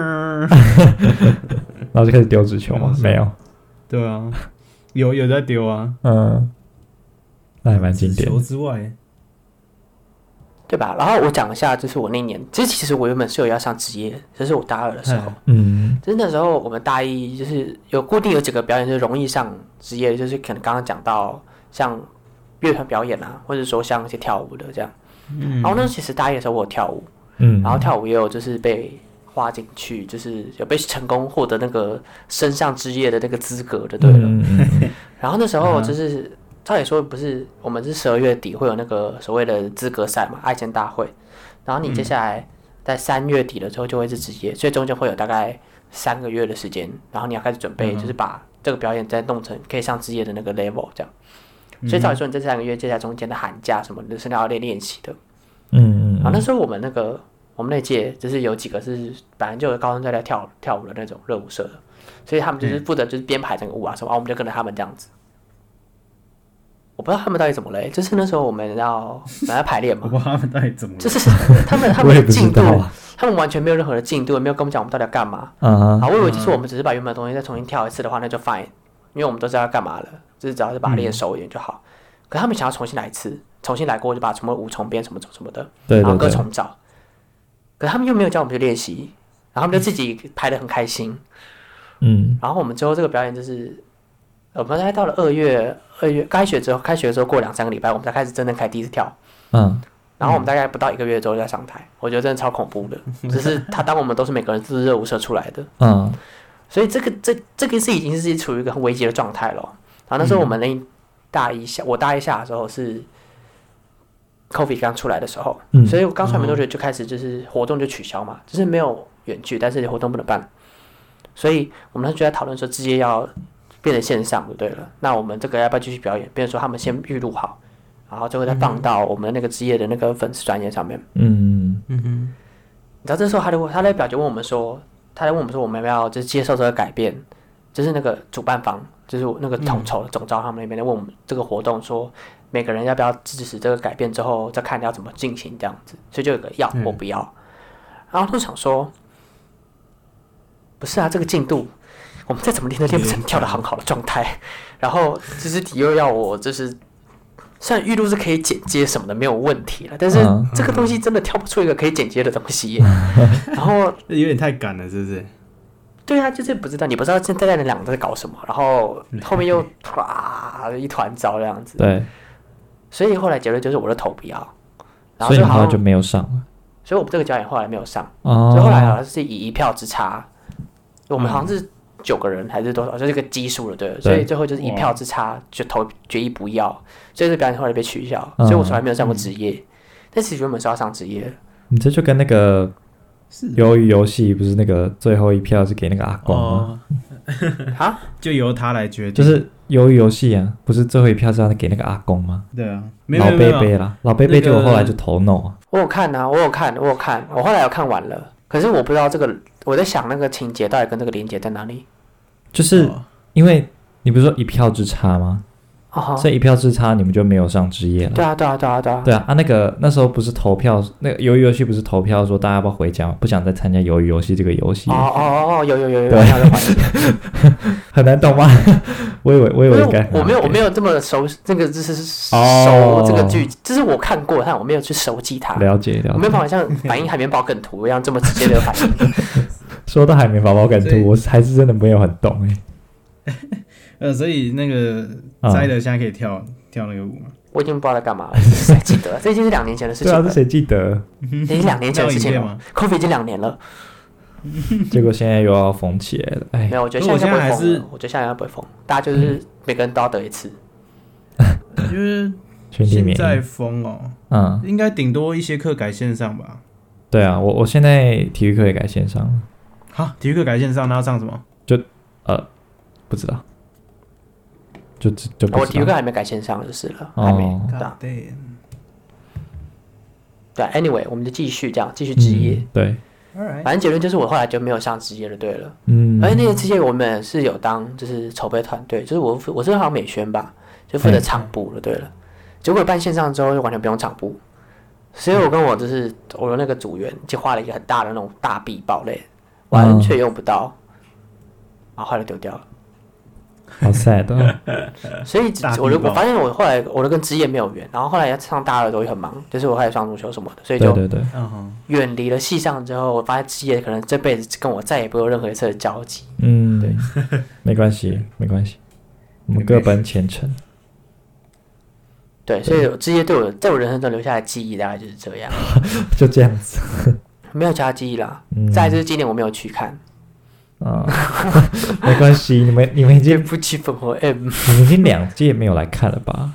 Speaker 1: 然后就开始丢纸球
Speaker 3: 啊
Speaker 1: 吗？没有，
Speaker 2: 对啊，有有在丢啊，
Speaker 1: 嗯，那还蛮经典
Speaker 2: 球
Speaker 1: 的。
Speaker 2: 之外，
Speaker 3: 对吧？然后我讲一下，就是我那年，其实其实我原本是有要上职业，这是我大二的时候
Speaker 2: 嗯，
Speaker 1: 嗯
Speaker 3: 就是那时候我们大一就是有固定有几个表演是容易上职业，就是可能刚刚讲到像乐团表演啊，或者说像一些跳舞的这样。
Speaker 2: 嗯
Speaker 3: 然后那时候其实大一的时候我有跳舞，
Speaker 1: 嗯，
Speaker 3: 然后跳舞也有就是被划进去，就是有被成功获得那个升上职业的那个资格就对了。
Speaker 1: 嗯嗯嗯
Speaker 3: 然后那时候
Speaker 2: 嗯
Speaker 3: 就是，照理说不是我们是十二月底会有那个所谓的资格赛嘛，爱情大会。然后你接下来在三月底了之后就会是职业，所以中间会有大概三个月的时间，然后你要开始准备，
Speaker 2: 嗯哼
Speaker 3: 就是把这个表演再弄成可以上职业的那个 level 这样。所以照理说你这三个月接下来中间的寒假什么的是要练练习的。
Speaker 1: 嗯嗯
Speaker 3: 然后
Speaker 1: 嗯，
Speaker 3: 那时候我们那个我们那届就是有几个是本来就有高中在那跳跳舞的那种热舞社的，所以他们
Speaker 1: 嗯
Speaker 3: 就是负责就是编排整个舞啊什么，啊我们就跟着他们这样子。我不知道他们到底怎么了、欸就是那时候我们要本来要排练
Speaker 2: <laughs> 我
Speaker 1: <laughs>
Speaker 2: 不
Speaker 3: 嘛，
Speaker 2: 知道他们到底怎么了
Speaker 3: 就，是他们他
Speaker 1: 我
Speaker 3: 们
Speaker 1: 也
Speaker 3: 的
Speaker 1: 不知
Speaker 3: 进度
Speaker 1: 道，啊
Speaker 3: 他们完全没有任何的进度，也没有跟我们讲我们到底要干嘛。
Speaker 1: 啊
Speaker 3: 啊，
Speaker 1: 哈，
Speaker 3: 我以为就是我们只是把原本的东西再重新跳一次的话，那就 fine，因为我们都知道要干嘛了，就是只要是把它
Speaker 1: 嗯
Speaker 3: 练熟一点就好。可他们想要重新来一次，重新来过就把什么舞重编什么什么什么的，
Speaker 1: 对
Speaker 3: 然后
Speaker 1: 对
Speaker 3: 歌
Speaker 1: 对，
Speaker 3: 重找，可是他们又没有叫我们去练习，然后他们就自己拍的很开心。
Speaker 1: 嗯
Speaker 3: 然后我们最后这个表演就是，我们大概到了二月，二月开学之后，开学的时候过两三个礼拜，我们才开始真正开第一次跳。
Speaker 1: 嗯，
Speaker 3: 然后我们大概不到一个月之后就要上台，我觉得真的超恐怖的。只是他当我们都是每个人都是热舞社出来的，
Speaker 1: 嗯
Speaker 3: 所以这个这这个是已经是处于一个很危急的状态了。然后那时候我们那一大一下，我大一下的时候是 COVID 刚出来的时候，
Speaker 1: 嗯
Speaker 3: 所以我刚出来没多久就开始就是活动就取消嘛，就是没有远距，但是活动不能办。所以我们那时候就在讨论说，直接要变成线上就对了。那我们这个要不要继续表演？变成说他们先预录好，然后最后再放到我们那个职业的那个粉丝专业上面。
Speaker 1: 嗯
Speaker 2: 嗯哼，
Speaker 3: 你知道这时候他就问他的表就问我们说，他在问我们说我们要不要就是接受这个改变，就是那个主办方，就是那个统筹总招他们那边在问我们这个活动说每个人要不要支持这个改变之后再看要怎么进行这样子，所以就有个要或不要，然后他就想说，不是啊，这个进度。我们再怎么练都练不成跳的很好的状态，然后就是你又要我就是，虽然预录是可以剪接什么的没有问题了，但是
Speaker 1: 嗯
Speaker 3: 这个东西真的跳不出一个可以剪接的东西
Speaker 1: <laughs>
Speaker 3: 耶。然后，
Speaker 2: 这有点太赶了，是不是？
Speaker 3: 对啊，就是不知道，你不知道现在那两个在搞什么，然后后
Speaker 1: <laughs>
Speaker 3: 面又唰一团糟这样子，
Speaker 1: 对，
Speaker 3: 所以后来结论就是我的头不要，然
Speaker 1: 所
Speaker 3: 后
Speaker 1: 以
Speaker 3: 就
Speaker 1: 你后
Speaker 3: 好
Speaker 1: 来就
Speaker 3: 像，
Speaker 1: 没有上了
Speaker 3: 所以我们这个教练后来没有上，
Speaker 1: 哦
Speaker 3: 所以后来好啊像是以一票之差，我们好像是九个人还是多少，就是个基数了，对，所以最后就是一票之差就投决议不要，所以这表演后来被取消，
Speaker 1: 嗯
Speaker 3: 所以我从来没有上过职业，但其实原本是要上职业的，
Speaker 1: 你这就跟那个
Speaker 2: 是
Speaker 1: 鱿鱼游戏不是那个最后一票是给那个阿光吗？
Speaker 2: 哦，
Speaker 3: 啊，
Speaker 2: 就由他来决定。
Speaker 1: 就是鱿鱼游戏啊，不是最后一票是要给那个阿公吗？
Speaker 2: 对啊，没有
Speaker 1: 老
Speaker 2: 没有
Speaker 1: 贝
Speaker 2: 没有
Speaker 1: 贝啦，老贝贝
Speaker 2: 那
Speaker 1: 就
Speaker 2: 个
Speaker 1: 我后来就投 no 啊，
Speaker 3: 我有看啊，我有看，我有看，我后来有看完了，可是我不知道这个，我在想那个情节到底跟这个连接在哪里。
Speaker 1: 就是
Speaker 2: 哦
Speaker 1: 因为你不是说一票之差吗？
Speaker 3: 哦哈，
Speaker 1: 所以一票之差你们就没有上之夜了。
Speaker 3: 对啊，对啊，对啊，对啊，
Speaker 1: 对啊，啊那个那时候不是投票，那个鱿鱼游戏不是投票说大家要不要回家吗，不想再参加鱿鱼游戏这个游戏
Speaker 3: 哦，哦哦哦，有有有有，
Speaker 1: 对
Speaker 3: 有有有
Speaker 1: 很难懂吗？ <laughs> 我以为我以为
Speaker 3: 因为
Speaker 1: 应该啊很
Speaker 3: 我没有
Speaker 1: 好
Speaker 3: 我
Speaker 1: 懂
Speaker 3: 没有这么熟，这个就是熟
Speaker 1: 哦
Speaker 3: 这个剧，就是我看过，但我没有去熟记它，
Speaker 1: 了解了
Speaker 3: 我
Speaker 1: 解
Speaker 3: 没有。办法像反应海绵宝梗图一样这么直接的反应。
Speaker 1: 说到海绵宝宝梗
Speaker 2: 所以
Speaker 1: 图，我还是真的没有很懂哎、
Speaker 2: 呃，所以那个
Speaker 1: 啊
Speaker 2: 摘的现在可以跳跳那个舞嘛？
Speaker 3: 我已经不知道在干嘛了，谁记得了？这已经是两年前的事
Speaker 1: 对
Speaker 3: 情
Speaker 1: 啊，
Speaker 3: 了
Speaker 1: 这，谁记得？
Speaker 3: 已经两年前的事情
Speaker 2: 那有影
Speaker 3: 了。COVID 已经两年了，
Speaker 1: 结果现在又要缝起来了，哎
Speaker 3: <laughs> 没，有，我觉得
Speaker 2: 如果
Speaker 3: 现在
Speaker 2: 现在还
Speaker 3: 应该不会疯
Speaker 2: 是
Speaker 3: 了。我觉得现在应该不会疯，大家就是每个人都要得一次。
Speaker 2: 因为
Speaker 1: 群体
Speaker 2: 现
Speaker 1: 免
Speaker 2: 在
Speaker 1: 疫。
Speaker 2: 疯哦，
Speaker 1: 嗯，
Speaker 2: 应该顶多一些课改线上吧？
Speaker 1: 对啊，我我现在体育课也改线上了，
Speaker 2: 好，体育课改线上，那要上什么？
Speaker 1: 不知道，就就就不
Speaker 3: 我哦体育
Speaker 1: 知
Speaker 3: 课
Speaker 1: 道。
Speaker 3: 还没改线上就是了，还没。
Speaker 1: 哦，
Speaker 3: 对啊
Speaker 2: 对，
Speaker 3: 对啊，anyway，我们就继续这样，继续职业。
Speaker 1: 嗯对，
Speaker 3: 反正结论就是我后来就没有上职业就对了。
Speaker 1: 嗯，
Speaker 3: 而且那个之前我们是有当就是筹备团队，就是我负我是好像美宣吧，
Speaker 1: 嗯
Speaker 3: 就负责场部了。对了，结果办线上之后就完全不用场部，所以我跟我就是我的那个组员就画了一个很大的那种大壁堡垒，
Speaker 1: 嗯
Speaker 3: 完全用不到，然后后来就丢掉了。
Speaker 1: 好 sad
Speaker 3: <laughs>
Speaker 1: 哦。
Speaker 3: 所以
Speaker 2: 大壁
Speaker 3: 我就
Speaker 2: 报
Speaker 3: 我发现我后来我都跟职业没有缘，然后后来上大二的时候也很忙，就是我还有上足球什么的，所以
Speaker 1: 对
Speaker 3: 就
Speaker 1: 对对，
Speaker 2: 嗯哼，
Speaker 3: 远离了系上之后，我发现职业可能这辈子跟我再也不会有任何一次的交集。
Speaker 1: 嗯，对， <laughs> 没关系，没关系，我们各奔前程。
Speaker 3: 对，所以
Speaker 1: 嗯
Speaker 3: 这些对我在我人生中留下的记忆大概就是这样，
Speaker 1: 就这样子。
Speaker 3: 没有其他记忆啦。
Speaker 1: 嗯
Speaker 3: 再来就是今年我没有去看
Speaker 1: 啊， <laughs> 没关系，你们你们已经
Speaker 3: 不去粉红 M，
Speaker 1: 你们已经两届没有来看了吧？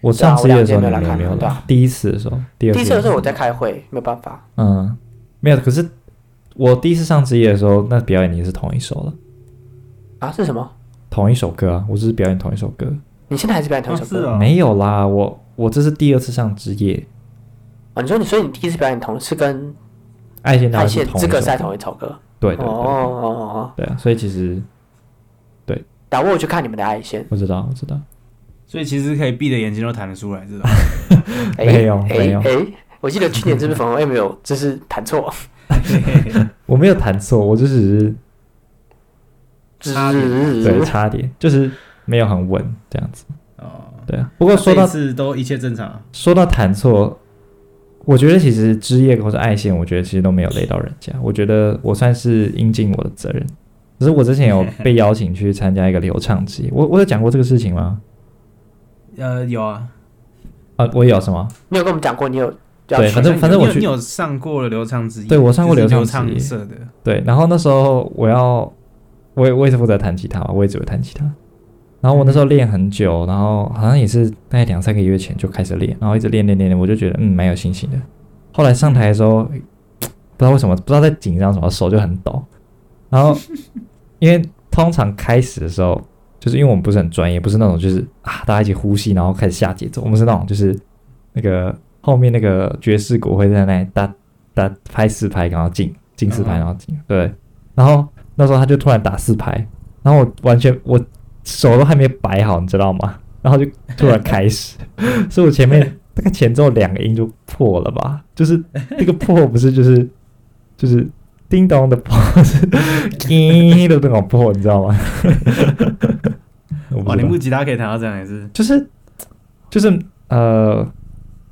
Speaker 1: 我
Speaker 3: 对啊
Speaker 1: 上次的时候
Speaker 3: 我
Speaker 1: 你
Speaker 3: 两届没有来
Speaker 1: 们也
Speaker 3: 看
Speaker 1: 没有
Speaker 3: 对
Speaker 1: 来
Speaker 3: 啊，
Speaker 1: 第一次的时候，第二
Speaker 3: 第一次的时候我
Speaker 1: 在
Speaker 3: 在开会，没有办法。
Speaker 1: 嗯，没有。可是我第一次上职业的时候，那表演也是同一首了，
Speaker 3: 啊，是什么？
Speaker 1: 同一首歌啊，我只是表演同一首歌，
Speaker 3: 你现在还是表演同一首
Speaker 2: 哦是
Speaker 3: 歌？
Speaker 2: 哦
Speaker 1: 没有啦，我我这是第二次上职业，
Speaker 3: 啊，你说你所以你第一次表演同是跟
Speaker 1: 爱线
Speaker 3: 爱
Speaker 1: 大
Speaker 3: 线
Speaker 1: 是同一
Speaker 3: 资
Speaker 1: 首
Speaker 3: 格赛
Speaker 1: 歌，
Speaker 3: 同一首歌？
Speaker 1: 对
Speaker 3: 哦
Speaker 1: 对
Speaker 3: 哦
Speaker 1: 对
Speaker 3: 哦哦，
Speaker 1: 对啊，所以其实
Speaker 3: 打我有去看你们的爱线，
Speaker 1: 我知道我知道，
Speaker 2: 所以其实可以闭着眼睛都弹得出来，知道吗？
Speaker 3: 哎
Speaker 1: 没有
Speaker 3: 哎
Speaker 1: 没有
Speaker 3: 哎，我记得去年是不是粉红 M 有就是弹错，
Speaker 1: 我没有弹错，我就只是
Speaker 3: <laughs>
Speaker 2: 差点
Speaker 1: <laughs> 对差点，就是没有很稳这样子，
Speaker 2: 哦，
Speaker 1: 对啊。不过说到
Speaker 2: 是都一切正常啊，
Speaker 1: 说到弹错，我觉得其实枝叶或者爱线，我觉得其实都没有累到人家。我觉得我算是应尽我的责任。可是我之前有被邀请去参加一个流畅节，我我有讲过这个事情吗？
Speaker 2: 呃，有啊，
Speaker 1: 啊，我有什么？
Speaker 3: 你有跟我们讲过你有要
Speaker 1: 对
Speaker 3: 去
Speaker 1: 反正
Speaker 2: 你有
Speaker 1: 反正我
Speaker 2: 你有
Speaker 1: 去
Speaker 2: 你有上过了流畅之夜，
Speaker 1: 对我上过
Speaker 2: 就是
Speaker 1: 流
Speaker 2: 流
Speaker 1: 畅之夜
Speaker 2: 畅社的，
Speaker 1: 对，然后那时候我要，我也我也是负责弹吉他嘛，我也只会弹吉他。然后我那时候练很久，然后好像也是大概两三个月前就开始练，然后一直练练练练，我就觉得嗯蛮有信心的。后来上台的时候，不知道为什么，不知道在紧张什么，手就很抖。然后因为通常开始的时候，就是因为我们不是很专业，不是那种就是啊大家一起呼吸然后开始下节奏，我们是那种就是那个后面那个爵士鼓会在那里哒哒拍四拍，然后进进四拍，
Speaker 2: 嗯
Speaker 1: 然后进对。然后那时候他就突然打四拍，然后我完全我手都还没摆好，你知道吗？然后就突然开始，所以我前面大概前奏两个音就破了吧， <laughs> 就是那个破不是就是就是叮咚的破， <laughs> 是叮的那种破，你知道吗？我不知
Speaker 2: 哇，哦你
Speaker 1: 道
Speaker 2: 木吉他可以弹到这样也是，
Speaker 1: 就是就是呃，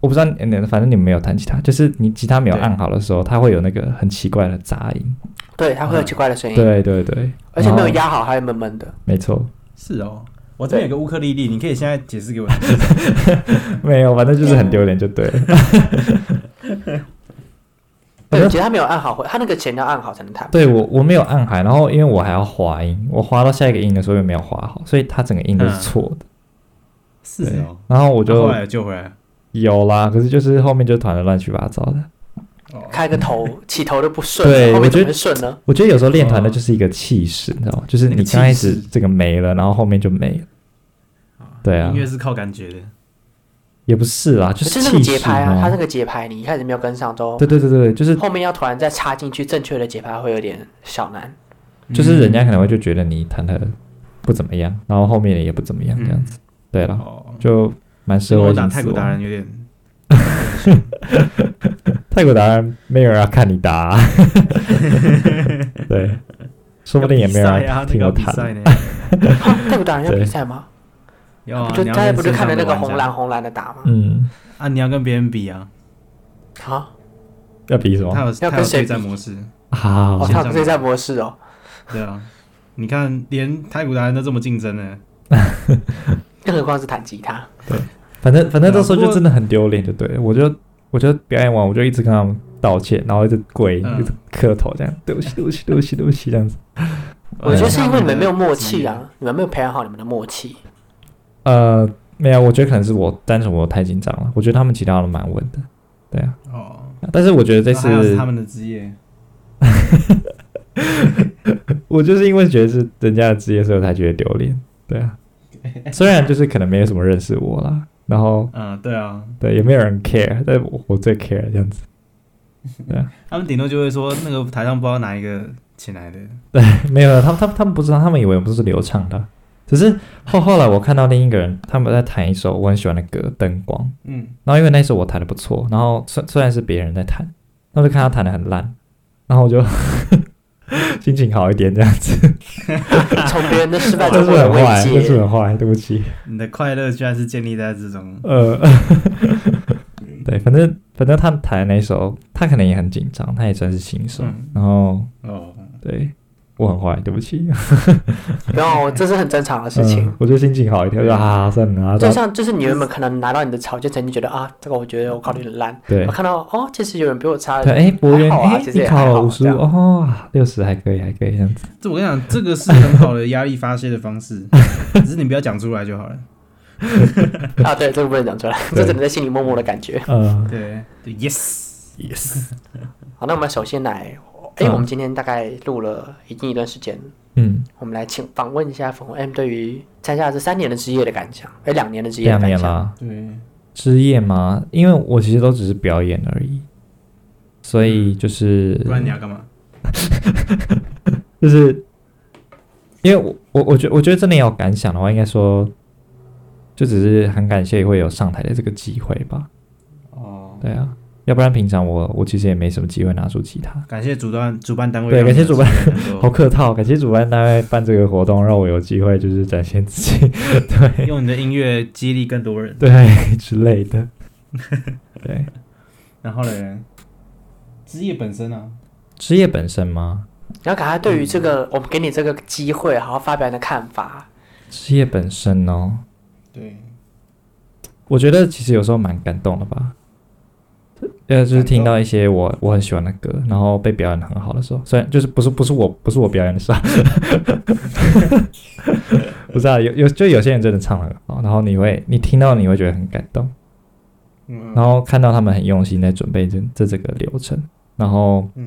Speaker 1: 我不知道你，你反正你们没有弹吉他，就是你吉他没有
Speaker 2: 对
Speaker 1: 按好的时候，它会有那个很奇怪的杂音。
Speaker 3: 对，它会有奇怪的声音，
Speaker 1: 对哦对对，
Speaker 3: 而且没有
Speaker 1: 然后，
Speaker 3: 压好，还有闷闷的。
Speaker 1: 没错，
Speaker 2: 是哦，我这边有个乌克丽丽，你可以现在解释给我听，
Speaker 1: 没有，反正就是很丢脸就对了。
Speaker 3: 对，其实他没有按好，他那个弦要按好才能弹。
Speaker 1: 对我我没有按好，然后因为我还要滑音，我滑到下一个音的时候又没有滑好，所以它整个音都是
Speaker 2: 嗯
Speaker 1: 错的。
Speaker 2: 是
Speaker 1: 对
Speaker 2: 哦，
Speaker 1: 然后我
Speaker 2: 我后
Speaker 1: 就
Speaker 2: 来有救回来了，
Speaker 1: 有啦，可是就是后面就团的乱七八糟的。
Speaker 3: 开个头，起头都不顺，
Speaker 1: 对
Speaker 3: 后
Speaker 1: 我
Speaker 3: 面
Speaker 1: 觉
Speaker 3: 怎
Speaker 1: 得
Speaker 3: 么会顺呢？
Speaker 1: 我觉得有时候练团的就是一个气势，你知道吗？就是你
Speaker 2: 那个
Speaker 1: 刚开
Speaker 2: 气
Speaker 1: 始
Speaker 2: 势
Speaker 1: 这个没了，然后后面就没了，对啊
Speaker 2: 音乐是靠感觉的，
Speaker 1: 也不是啦，就
Speaker 3: 可是那个
Speaker 1: 气
Speaker 3: 节
Speaker 1: 势
Speaker 3: 拍啊，
Speaker 1: 嘛
Speaker 2: 嗯
Speaker 3: 它那个节拍你一开始没有跟上之后，
Speaker 1: 对对对对，就是
Speaker 3: 后面要突然再插进去正确的节拍会有点小难。
Speaker 1: 就是人家可能会就觉得你弹的不怎么样，然后后面也不怎么样
Speaker 2: 嗯
Speaker 1: 这样子。对了，
Speaker 2: 哦，
Speaker 3: 嗯
Speaker 1: 就蛮适
Speaker 2: 跟
Speaker 1: 合
Speaker 2: 哦我
Speaker 1: 我
Speaker 2: 打泰国达人有点
Speaker 1: 泰国达人没有人要看你打、啊，对， <laughs> 说不定也没有
Speaker 2: 要比
Speaker 1: 人
Speaker 2: 赛啊，那
Speaker 1: 听
Speaker 2: 个
Speaker 1: 我
Speaker 2: 要比
Speaker 1: 弹。
Speaker 2: 赛呢，
Speaker 3: 哈泰国打人要比赛吗？
Speaker 2: 要啊，
Speaker 3: 就
Speaker 2: 你要
Speaker 3: 大家
Speaker 2: 跟
Speaker 3: 不就
Speaker 2: 线
Speaker 3: 看
Speaker 2: 上
Speaker 3: 着
Speaker 2: 的
Speaker 3: 那个
Speaker 2: 玩
Speaker 3: 红
Speaker 2: 家
Speaker 3: 蓝红蓝的打吗？
Speaker 1: 嗯，
Speaker 2: 啊，你要跟别人比啊，
Speaker 3: 啊，
Speaker 1: 要比什
Speaker 2: 他
Speaker 1: 么？
Speaker 2: 有
Speaker 3: 要
Speaker 2: 他有
Speaker 3: 跟谁
Speaker 2: 对战
Speaker 3: 比
Speaker 2: 模式，
Speaker 3: 哦，
Speaker 1: 好，
Speaker 3: 他有对战模式哦。
Speaker 2: 对啊，你看连泰国达人都这么竞争呢，
Speaker 3: 更何况是弹吉他，
Speaker 2: 哦
Speaker 1: 反正反正到时候
Speaker 2: 不
Speaker 1: 就
Speaker 2: 过
Speaker 1: 真的很丢脸，就对了我就我就表演完，我就一直跟他们道歉，然后一直跪，
Speaker 2: 嗯
Speaker 1: 一直磕头，这样对不起，对不起，对不起，对不起，这样子。
Speaker 3: 我觉得是因
Speaker 2: 哎
Speaker 3: 为你们没有默
Speaker 2: 职
Speaker 3: 契
Speaker 2: 业
Speaker 3: 啊，你们没有培养好你们的默契。
Speaker 1: 呃，没有，我觉得可能是我单纯我太紧张了，我觉得他们其他都蛮稳的，对啊。
Speaker 2: 哦，
Speaker 1: 但是我觉得这
Speaker 2: 那还有是
Speaker 1: 次
Speaker 2: 他们的职业，
Speaker 1: 我就是因为觉得是人家的职业，所以我才觉得丢脸。对啊，虽然就是可能没有什么认识我啦，然后
Speaker 2: 嗯，对啊，
Speaker 1: 对也没有人 care，但我我最 care 这样子。
Speaker 2: 他们顶多就会说那个台上不知道哪一个请来的，嗯
Speaker 1: 对， <laughs> 没有，他们他们他们不知道，他们以为我们是流畅的，只是后后来我看到另一个人他们在弹一首我很喜欢的歌《灯光》，
Speaker 2: 嗯，
Speaker 1: 然后因为那首我弹的不错，然后虽虽然是别人在弹，然后就看他弹的很烂，然后我就 <laughs> 心情好一点这样子，
Speaker 3: 从别人的失败
Speaker 1: <laughs> 这
Speaker 3: 中
Speaker 1: 是
Speaker 3: 获得
Speaker 1: 很
Speaker 3: 慰
Speaker 1: 坏，这是
Speaker 3: 藉。
Speaker 1: 很坏，对不起。
Speaker 2: 你的快乐居然是建立在这种，
Speaker 1: 呃， <laughs> 对，反正反正他弹的那首，他可能也很紧张，他也算是新手。
Speaker 2: 嗯，
Speaker 1: 然后
Speaker 2: 哦，
Speaker 1: 对我很坏，对不起。
Speaker 3: 然后哦这是很正常的事情
Speaker 1: 嗯。我就心情好一点，我说啊，算了啊，
Speaker 3: 就
Speaker 1: 这
Speaker 3: 像就是你原本可能拿到你的草就曾经觉得啊，这个我觉得我考虑很烂，
Speaker 1: 对
Speaker 3: 我看到哦，其实有人比我差，
Speaker 1: 对，哎，博元，
Speaker 3: 还好啊
Speaker 1: 哎
Speaker 3: 其，实
Speaker 1: 你
Speaker 3: 也
Speaker 1: 考
Speaker 3: 还好
Speaker 1: 了五十
Speaker 3: 这
Speaker 1: 五
Speaker 3: 样
Speaker 1: 哦，六十还可以，还可以这样子。
Speaker 2: 这我跟你讲，这个是很好的压力发泄的方 <laughs> 式，只是你不要讲出来就好了。
Speaker 3: 啊，对，这个不能讲出来，
Speaker 1: 对
Speaker 3: 这只能在心里默默的感觉。
Speaker 1: 嗯，
Speaker 2: 对，就 yes yes，
Speaker 3: 好，那我们首先来，哎，
Speaker 1: 嗯
Speaker 3: 我们今天大概录了已经一段时间，
Speaker 1: 嗯，
Speaker 3: 我们来请访问一下粉红 M 对于参加这三年的职业的感想，哎，两年的职业的
Speaker 1: 两
Speaker 3: 感
Speaker 1: 年
Speaker 3: 想。
Speaker 1: 啦，
Speaker 2: 对，
Speaker 1: 职业吗？因为我其实都只是表演而已，所
Speaker 3: 嗯
Speaker 1: 以就是
Speaker 2: 不然你要干嘛？
Speaker 1: 就是因为我我我觉我觉得真的有感想的话，应该说就只是很感谢会有上台的这个机会吧。
Speaker 2: 哦，
Speaker 1: 对啊，要不然平常我我其实也没什么机会拿出吉他。
Speaker 2: 感谢主办主办单位
Speaker 1: 对
Speaker 2: 让你有
Speaker 1: 感谢主办
Speaker 2: 机会能
Speaker 1: <laughs>
Speaker 2: 够
Speaker 1: 好客套，感谢主办单位办这个活动，让我有机会就是展现自己，对
Speaker 2: 用你的音乐激励更多
Speaker 1: <laughs>
Speaker 2: 人。
Speaker 1: 对之类的。对，
Speaker 2: 然后嘞，职业本身啊，
Speaker 1: 职业本身吗？
Speaker 3: 然后赶快对于这个，我们给你这个机会，好好发表你的看法。
Speaker 1: 职业本身哦，
Speaker 2: 对，
Speaker 1: 我觉得其实有时候蛮感动的吧，呃，就是听到一些我我很喜欢的歌，然后被表演的很好的时候，虽然就是不是不是我不是我表演的时候， <laughs> 不是啊，有有就有些人真的唱得很好，然后你会你听到你会觉得很感动，
Speaker 2: 嗯
Speaker 1: 然后看到他们很用心在准备这这这个流程，然后
Speaker 2: 嗯，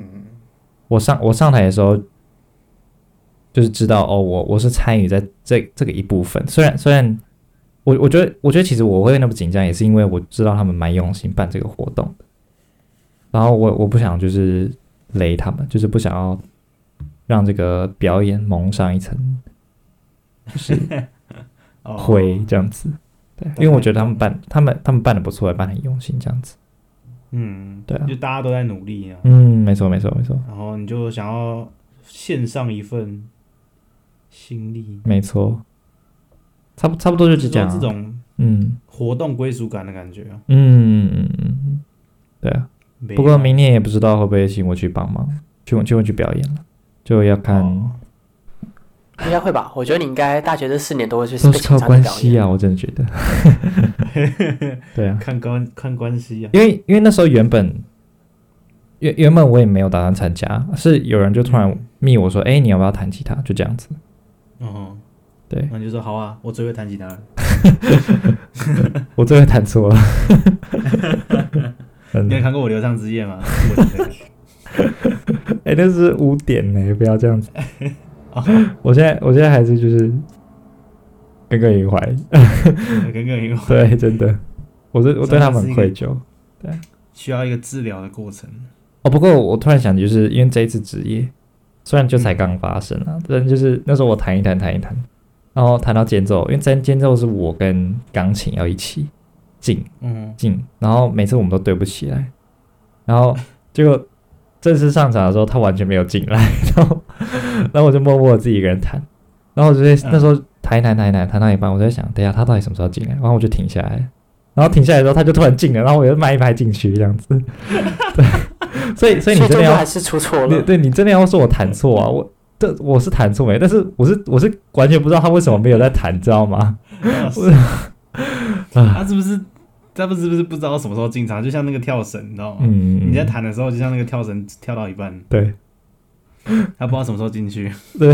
Speaker 1: 我上我上台的时候，就是知道哦，我我是参与在这这个一部分。虽然虽然我我觉得我觉得其实我会那么紧张，也是因为我知道他们蛮用心办这个活动的。然后我我不想就是雷他们，就是不想要让这个表演蒙上一层就是
Speaker 2: 哦，
Speaker 1: 灰这样子。对，因为我觉得他们办他们他们办的不错，也办得很用心这样子。
Speaker 2: 嗯，
Speaker 1: 对啊
Speaker 2: 就大家都在努力啊，
Speaker 1: 嗯，没错没错没错
Speaker 2: 然后你就想要献上一份心力，
Speaker 1: 没错，差不差不多就是这样、
Speaker 2: 这
Speaker 1: 啊。
Speaker 2: 种
Speaker 1: 嗯。
Speaker 2: 活动归属感的感觉啊。
Speaker 1: 嗯，嗯嗯嗯，对啊。
Speaker 2: 没
Speaker 1: 不过
Speaker 2: 有
Speaker 1: 明年也不知道会不会请我去帮忙，请我请我去表演了，就要看
Speaker 2: 哦
Speaker 3: 应该会吧？
Speaker 1: 嗯
Speaker 3: 我觉得你应该大学这四年都会去
Speaker 1: 都
Speaker 3: 被
Speaker 1: 是
Speaker 3: 请
Speaker 1: 靠
Speaker 3: 上
Speaker 1: 关
Speaker 3: 去表
Speaker 1: 系
Speaker 3: 演。
Speaker 1: 啊，我真的觉
Speaker 2: <laughs>
Speaker 1: 得。对啊，
Speaker 2: 看关看关系啊，
Speaker 1: 因为因为那时候原本原原本我也没有打算参加，是有人就突然密我说，哎、你要不要弹吉他？就这样子。
Speaker 2: 哦，
Speaker 1: 对
Speaker 2: 那你就说好啊，我最会弹吉他了，
Speaker 1: 我最会弹错了， <laughs> 真
Speaker 2: 你
Speaker 1: 的
Speaker 2: <laughs> 有。看过我流畅之夜
Speaker 1: <laughs>
Speaker 2: 吗？我的天
Speaker 1: 哎、那是污点呢、不要这样子。
Speaker 2: <laughs> 哦，
Speaker 1: 我现在我现在还是就是耿耿于怀，
Speaker 2: 耿
Speaker 1: <laughs>
Speaker 2: 耿于怀，
Speaker 1: 对，真的，我对我对他们很愧疚。
Speaker 2: <laughs> 需要一个治疗的过程。
Speaker 1: 哦，不过我突然想，就是因为这一次职业，虽然就才刚发生啊，但就是那时候我弹一弹，弹一弹，然后弹到间奏，因为间间奏是我跟钢琴要一起进
Speaker 2: 嗯，
Speaker 1: 进，然后每次我们都对不起来，然后结果正式上场的时候，他完全没有进来，然后然后我就默默地自己一个人弹，然后我就在
Speaker 2: 嗯
Speaker 1: 那时候弹一弹弹一弹弹到一半，我就在想，等一下他到底什么时候进来，然后我就停下来，然后停下来之后他就突然进了，然后我又慢一拍进去这样子， <laughs> 对，所以所以你真
Speaker 3: 最
Speaker 1: 的
Speaker 3: 终
Speaker 1: 要
Speaker 3: 还是出错
Speaker 1: 你 <laughs>
Speaker 3: 了。
Speaker 1: 对你真的要说我弹错啊，我这我是弹错没，但是我是我是完全不知道他为什么没有在弹，知道吗？ <laughs> 啊
Speaker 2: 他是不是他不是不是不知道什么时候进场？就像那个跳绳，你知道吗？
Speaker 1: 嗯，
Speaker 2: 哦你在弹的时候，就像那个跳绳跳到一半，
Speaker 1: 对
Speaker 2: 他不知道什么时候进去，
Speaker 1: 对，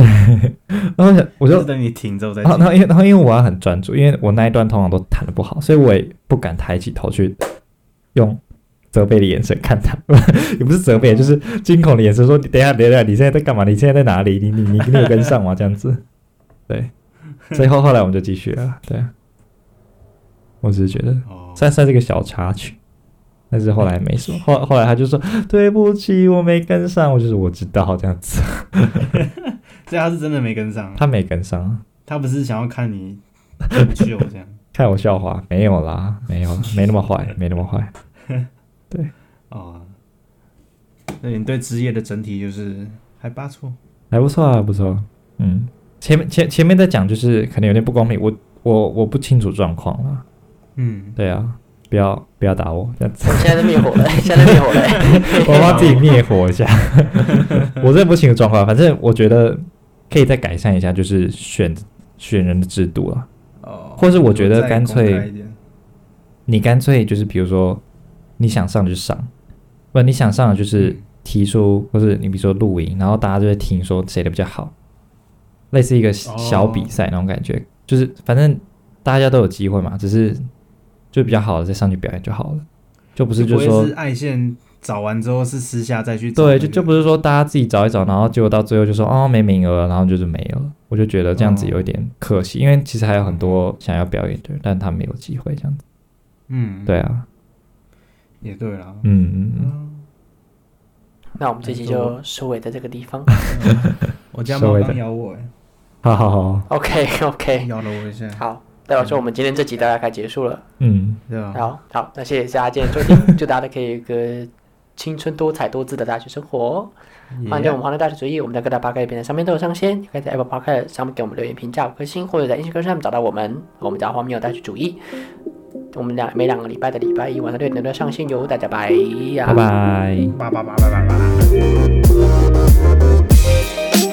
Speaker 1: 然后我想我
Speaker 2: 我
Speaker 1: 就啊
Speaker 2: 就等你停之后再
Speaker 1: 然后然。
Speaker 2: 进
Speaker 1: 后因为然后因为我要很专注，因为我那一段通常都弹的不好，所以我也不敢抬起头去用责备的眼神看他， <laughs> 也不是责备，就是惊恐的眼神说：“你等一下，等一下，你现在在干嘛？你现在在哪里？你你你你有跟上吗？”这样子，对。最后后来我们就继续了，对啊。我只是觉得
Speaker 2: 哦，
Speaker 1: 算算是个小插曲，但是后来没说，后后来他就说：“对不起，我没跟上。”我就是我知道这样子，
Speaker 2: 所以他是真的没跟上，啊
Speaker 1: 他没跟上。啊
Speaker 2: 他不是想要看你很秀这 <laughs> 样。
Speaker 1: 看我笑话，没有啦，没有啦，没那么坏，没那么坏。
Speaker 2: 哦，那你对职业的整体就是还不错。
Speaker 1: 还不错啊，还不错。嗯，前面前前面在讲就是可能有点不公平，我我我不清楚状况啦。
Speaker 2: 嗯，
Speaker 1: 对啊，不要不要打我，这
Speaker 3: <laughs>
Speaker 1: 样子
Speaker 3: 现在在灭火了，现在在灭火了。
Speaker 1: 我帮自己灭火一下。 <laughs> 我真的不清楚状况，反正我觉得可以再改善一下，就是选选人的制度啊。
Speaker 2: 哦，
Speaker 1: 或是我觉得
Speaker 2: 再
Speaker 1: 干脆
Speaker 2: 公开一点
Speaker 1: 你干脆就是比如说你想上就上，不你想上就是
Speaker 2: 嗯
Speaker 1: 提出，或是你比如说录影，然后大家就会听说谁的比较好，类似一个小
Speaker 2: 哦
Speaker 1: 小比赛那种感觉，就是反正大家都有机会嘛，只是就比较好的再上去表演就好了，就不是就
Speaker 2: 就不
Speaker 1: 是
Speaker 2: 会
Speaker 1: 说
Speaker 2: 是爱线找完之后是私下再去找那
Speaker 1: 对，
Speaker 2: 个
Speaker 1: 就就不是说大家自己找一找，然后结果到最后就说哦没名额，然后就是没有了，我就觉得这样子
Speaker 2: 哦
Speaker 1: 有一点可惜，因为其实还有很多想要表演的人，但他没有机会这样子，
Speaker 2: 嗯，
Speaker 1: 对啊，
Speaker 2: 也对啦。
Speaker 1: 嗯嗯嗯，
Speaker 2: 嗯，
Speaker 3: 那我们这期
Speaker 2: 没错
Speaker 3: 就收尾在这个地方。
Speaker 2: 我家
Speaker 1: 稍
Speaker 2: 猫
Speaker 1: 微
Speaker 2: 刚
Speaker 1: 的
Speaker 2: 咬我，哎，
Speaker 1: 好好好，
Speaker 3: OK <laughs> OK，
Speaker 2: 咬了我一下，
Speaker 3: 好，代表说我们今天这集大概结束了。
Speaker 1: 嗯。
Speaker 2: 对吧？
Speaker 3: 好好，那谢谢大家今天收听，祝大家可以有一个青春多彩多姿的大学生活。
Speaker 2: 也
Speaker 3: 欢迎对我们华南大学主义，我们在各大 p o d 平台上面都有上线，你可以在 Apple p o d 上面给我们留言评价五颗星，或者在 Instagram 上面找到我们，我们叫荒谬大学主义。我们两每两个礼拜的礼拜一晚上六点都要上线哟，大家拜呀。
Speaker 1: 拜拜。
Speaker 2: 叭叭叭叭叭叭。
Speaker 4: Thank